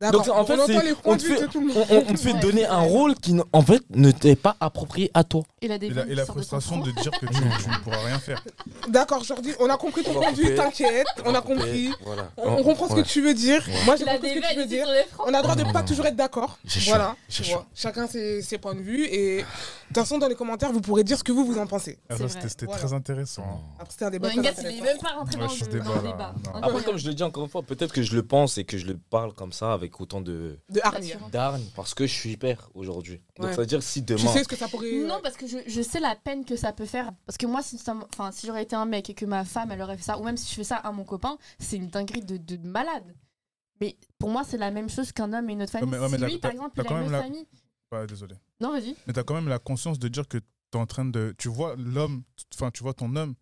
S1: D'accord.
S2: Donc, en fait,
S1: on entend
S2: c'est-
S1: les points
S2: on
S1: de
S2: te
S1: vue
S2: fait-
S1: de tout le
S2: On,
S1: monde.
S2: on- on te fait
S5: Ouais.
S2: donner un rôle qui, en fait, ne t'est pas approprié à toi.
S5: Et la,
S4: Et la, et la frustration de dire que tu, tu ne pourras rien faire.
S1: D'accord, Jordi, on a compris ton
S6: On va
S1: point de vue,
S6: couper.
S1: t'inquiète, on a
S6: Couper,
S1: compris.
S6: Voilà.
S1: On, on comprend ce que tu veux dire.
S6: Ouais.
S1: Moi, j'ai
S5: La
S1: compris ce
S5: DV,
S1: que tu
S5: elle
S1: veux
S5: est
S1: dire.
S5: sur les francs.
S1: On a le droit de
S2: Non,
S1: pas
S2: non,
S1: toujours être d'accord.
S2: J'ai chaud,
S1: Voilà.
S2: j'ai
S1: tu vois. Chacun ses, ses points de vue. Et de toute façon, dans les commentaires, vous pourrez dire ce que vous, vous en pensez.
S4: Ah,
S5: C'est
S4: ça,
S5: vrai.
S4: C'était c'était
S1: Voilà.
S4: très intéressant. hein.
S1: Après, c'était un débat.
S5: Non,
S1: très
S5: Ingat, il est
S1: intéressant.
S5: même pas rentré
S4: Ouais,
S5: dans
S4: je suis
S5: le dans
S4: débat,
S5: le débat.
S4: là.
S5: Incroyable.
S2: Après, comme je le dis encore une fois, peut-être que je le pense et que je le parle comme ça avec autant de
S1: De hargne.
S2: d'arnes parce que je suis père aujourd'hui. Donc
S1: Ouais.
S2: ça veut dire si
S1: Tu
S2: demain.
S1: sais ce que ça pourrait. euh,
S5: Non, parce que je, je sais la peine que ça peut faire. Parce que moi, si, ça m- enfin, si j'aurais été un mec et que ma femme, elle aurait fait ça, ou même si je fais ça à mon copain, c'est une dinguerie de, de malade. Mais pour moi, c'est la même chose qu'un homme et une autre famille.
S4: Ouais, mais- ouais, mais
S5: si
S4: t'as-
S5: lui, par
S4: t'as-
S5: exemple,
S4: t'as
S5: il a
S4: quand
S5: une
S4: même
S5: autre
S4: la-
S5: famille.
S2: Mm.
S4: Ouais, désolé.
S5: Non, vas-y.
S4: Mais tu as quand même la conscience de dire que tu es en train de. Tu vois l'homme, enfin, tu vois ton homme,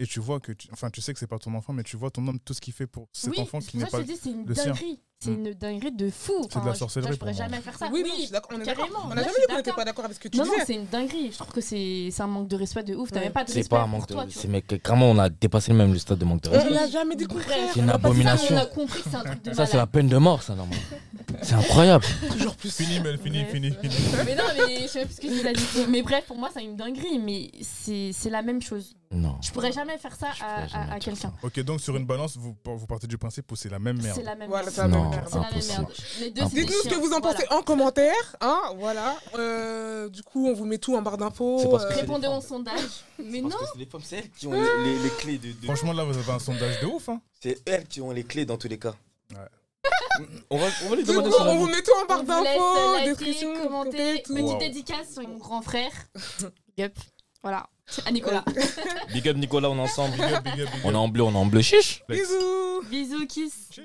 S4: et tu vois que. tu- Enfin, tu sais que c'est pas ton enfant, mais tu vois ton homme, tout ce qu'il fait pour cet
S5: oui,
S4: enfant
S5: c'est
S4: qui
S5: pour
S4: n'est
S5: ça
S4: pas.
S5: que je te dis, c'est une
S4: le sien.
S5: dinguerie. C'est
S4: Mm.
S5: une dinguerie de fou.
S4: C'est de la
S5: Enfin, je-
S4: sorcellerie
S5: Je pourrais
S4: pour moi.
S5: jamais faire ça.
S1: Oui, non, je suis d'accord, on est d'accord.
S5: carrément.
S1: On
S5: Là,
S1: n'a jamais
S5: je
S1: dit
S5: suis
S1: qu'on n'était
S5: d'accord.
S1: pas d'accord avec ce que tu
S5: Non, non,
S1: disais.
S5: c'est une dinguerie. Je trouve que c'est c'est un manque de respect de ouf. T'as
S1: Ouais.
S5: même pas de
S2: C'est
S5: respect.
S2: pas un manque
S5: pour toi,
S2: de.
S5: tu
S2: C'est
S5: vois.
S2: mais que- clairement on a dépassé même le stade de manque de
S1: On
S2: respect.
S1: n'a jamais dit le contraire.
S5: Bref.
S2: C'est une
S1: on a pas dit ça.
S2: abomination.
S5: On a compris que c'est un truc de
S2: Ça c'est la
S5: malade.
S2: peine de mort ça normalement. C'est incroyable.
S1: Toujours plus.
S4: Fini, mais fini,
S5: Ouais,
S4: fini,
S5: c'est
S4: fini.
S5: mais non, mais je sais pas ce que tu as dit. Mais bref, pour moi, c'est une dinguerie, mais c'est c'est la même chose.
S2: Non.
S5: Je pourrais jamais faire ça
S2: Je
S5: à,
S2: pourrais jamais
S5: à- à
S2: dire ça.
S5: quelqu'un.
S4: Ok, donc sur une balance, vous, vous partez du principe où c'est la même merde.
S5: C'est la même
S1: Voilà,
S5: merde.
S1: ça va
S2: Non,
S1: me faire
S5: C'est la même
S2: impossible.
S5: merde. Les deux, c'est des
S1: Dites-nous ce que
S5: chiens.
S1: vous en pensez en commentaire. Hein, voilà. Euh, du coup, on vous met tout en barre
S2: C'est
S1: d'infos.
S2: parce que
S5: Voilà.
S1: euh,
S2: c'est-
S5: Répondez en sondage. Mais non,
S6: Parce que c'est les femmes, c'est elles qui ont les, les- les clés de. de-
S4: Franchement, là, vous avez un sondage de ouf. Hein.
S6: C'est elles qui ont les clés dans tous les cas.
S4: Ouais.
S6: on va, on va lui
S1: du
S6: demander
S1: coup,
S6: son
S1: on
S6: avis.
S1: vous met tout en barre
S5: on vous
S1: d'infos,
S5: laisse
S1: description,
S5: liker, commenter,
S1: compléter, tout.
S5: petite
S4: Wow.
S5: dédicace sur mon grand frère. Yup. Voilà. Euh, À Nicolas.
S2: Big up Nicolas on est ensemble.
S4: Big up, big up, big
S2: On est
S4: up.
S2: en bleu, on est en bleu chiche.
S1: Bisous.
S5: Bisous, kiss.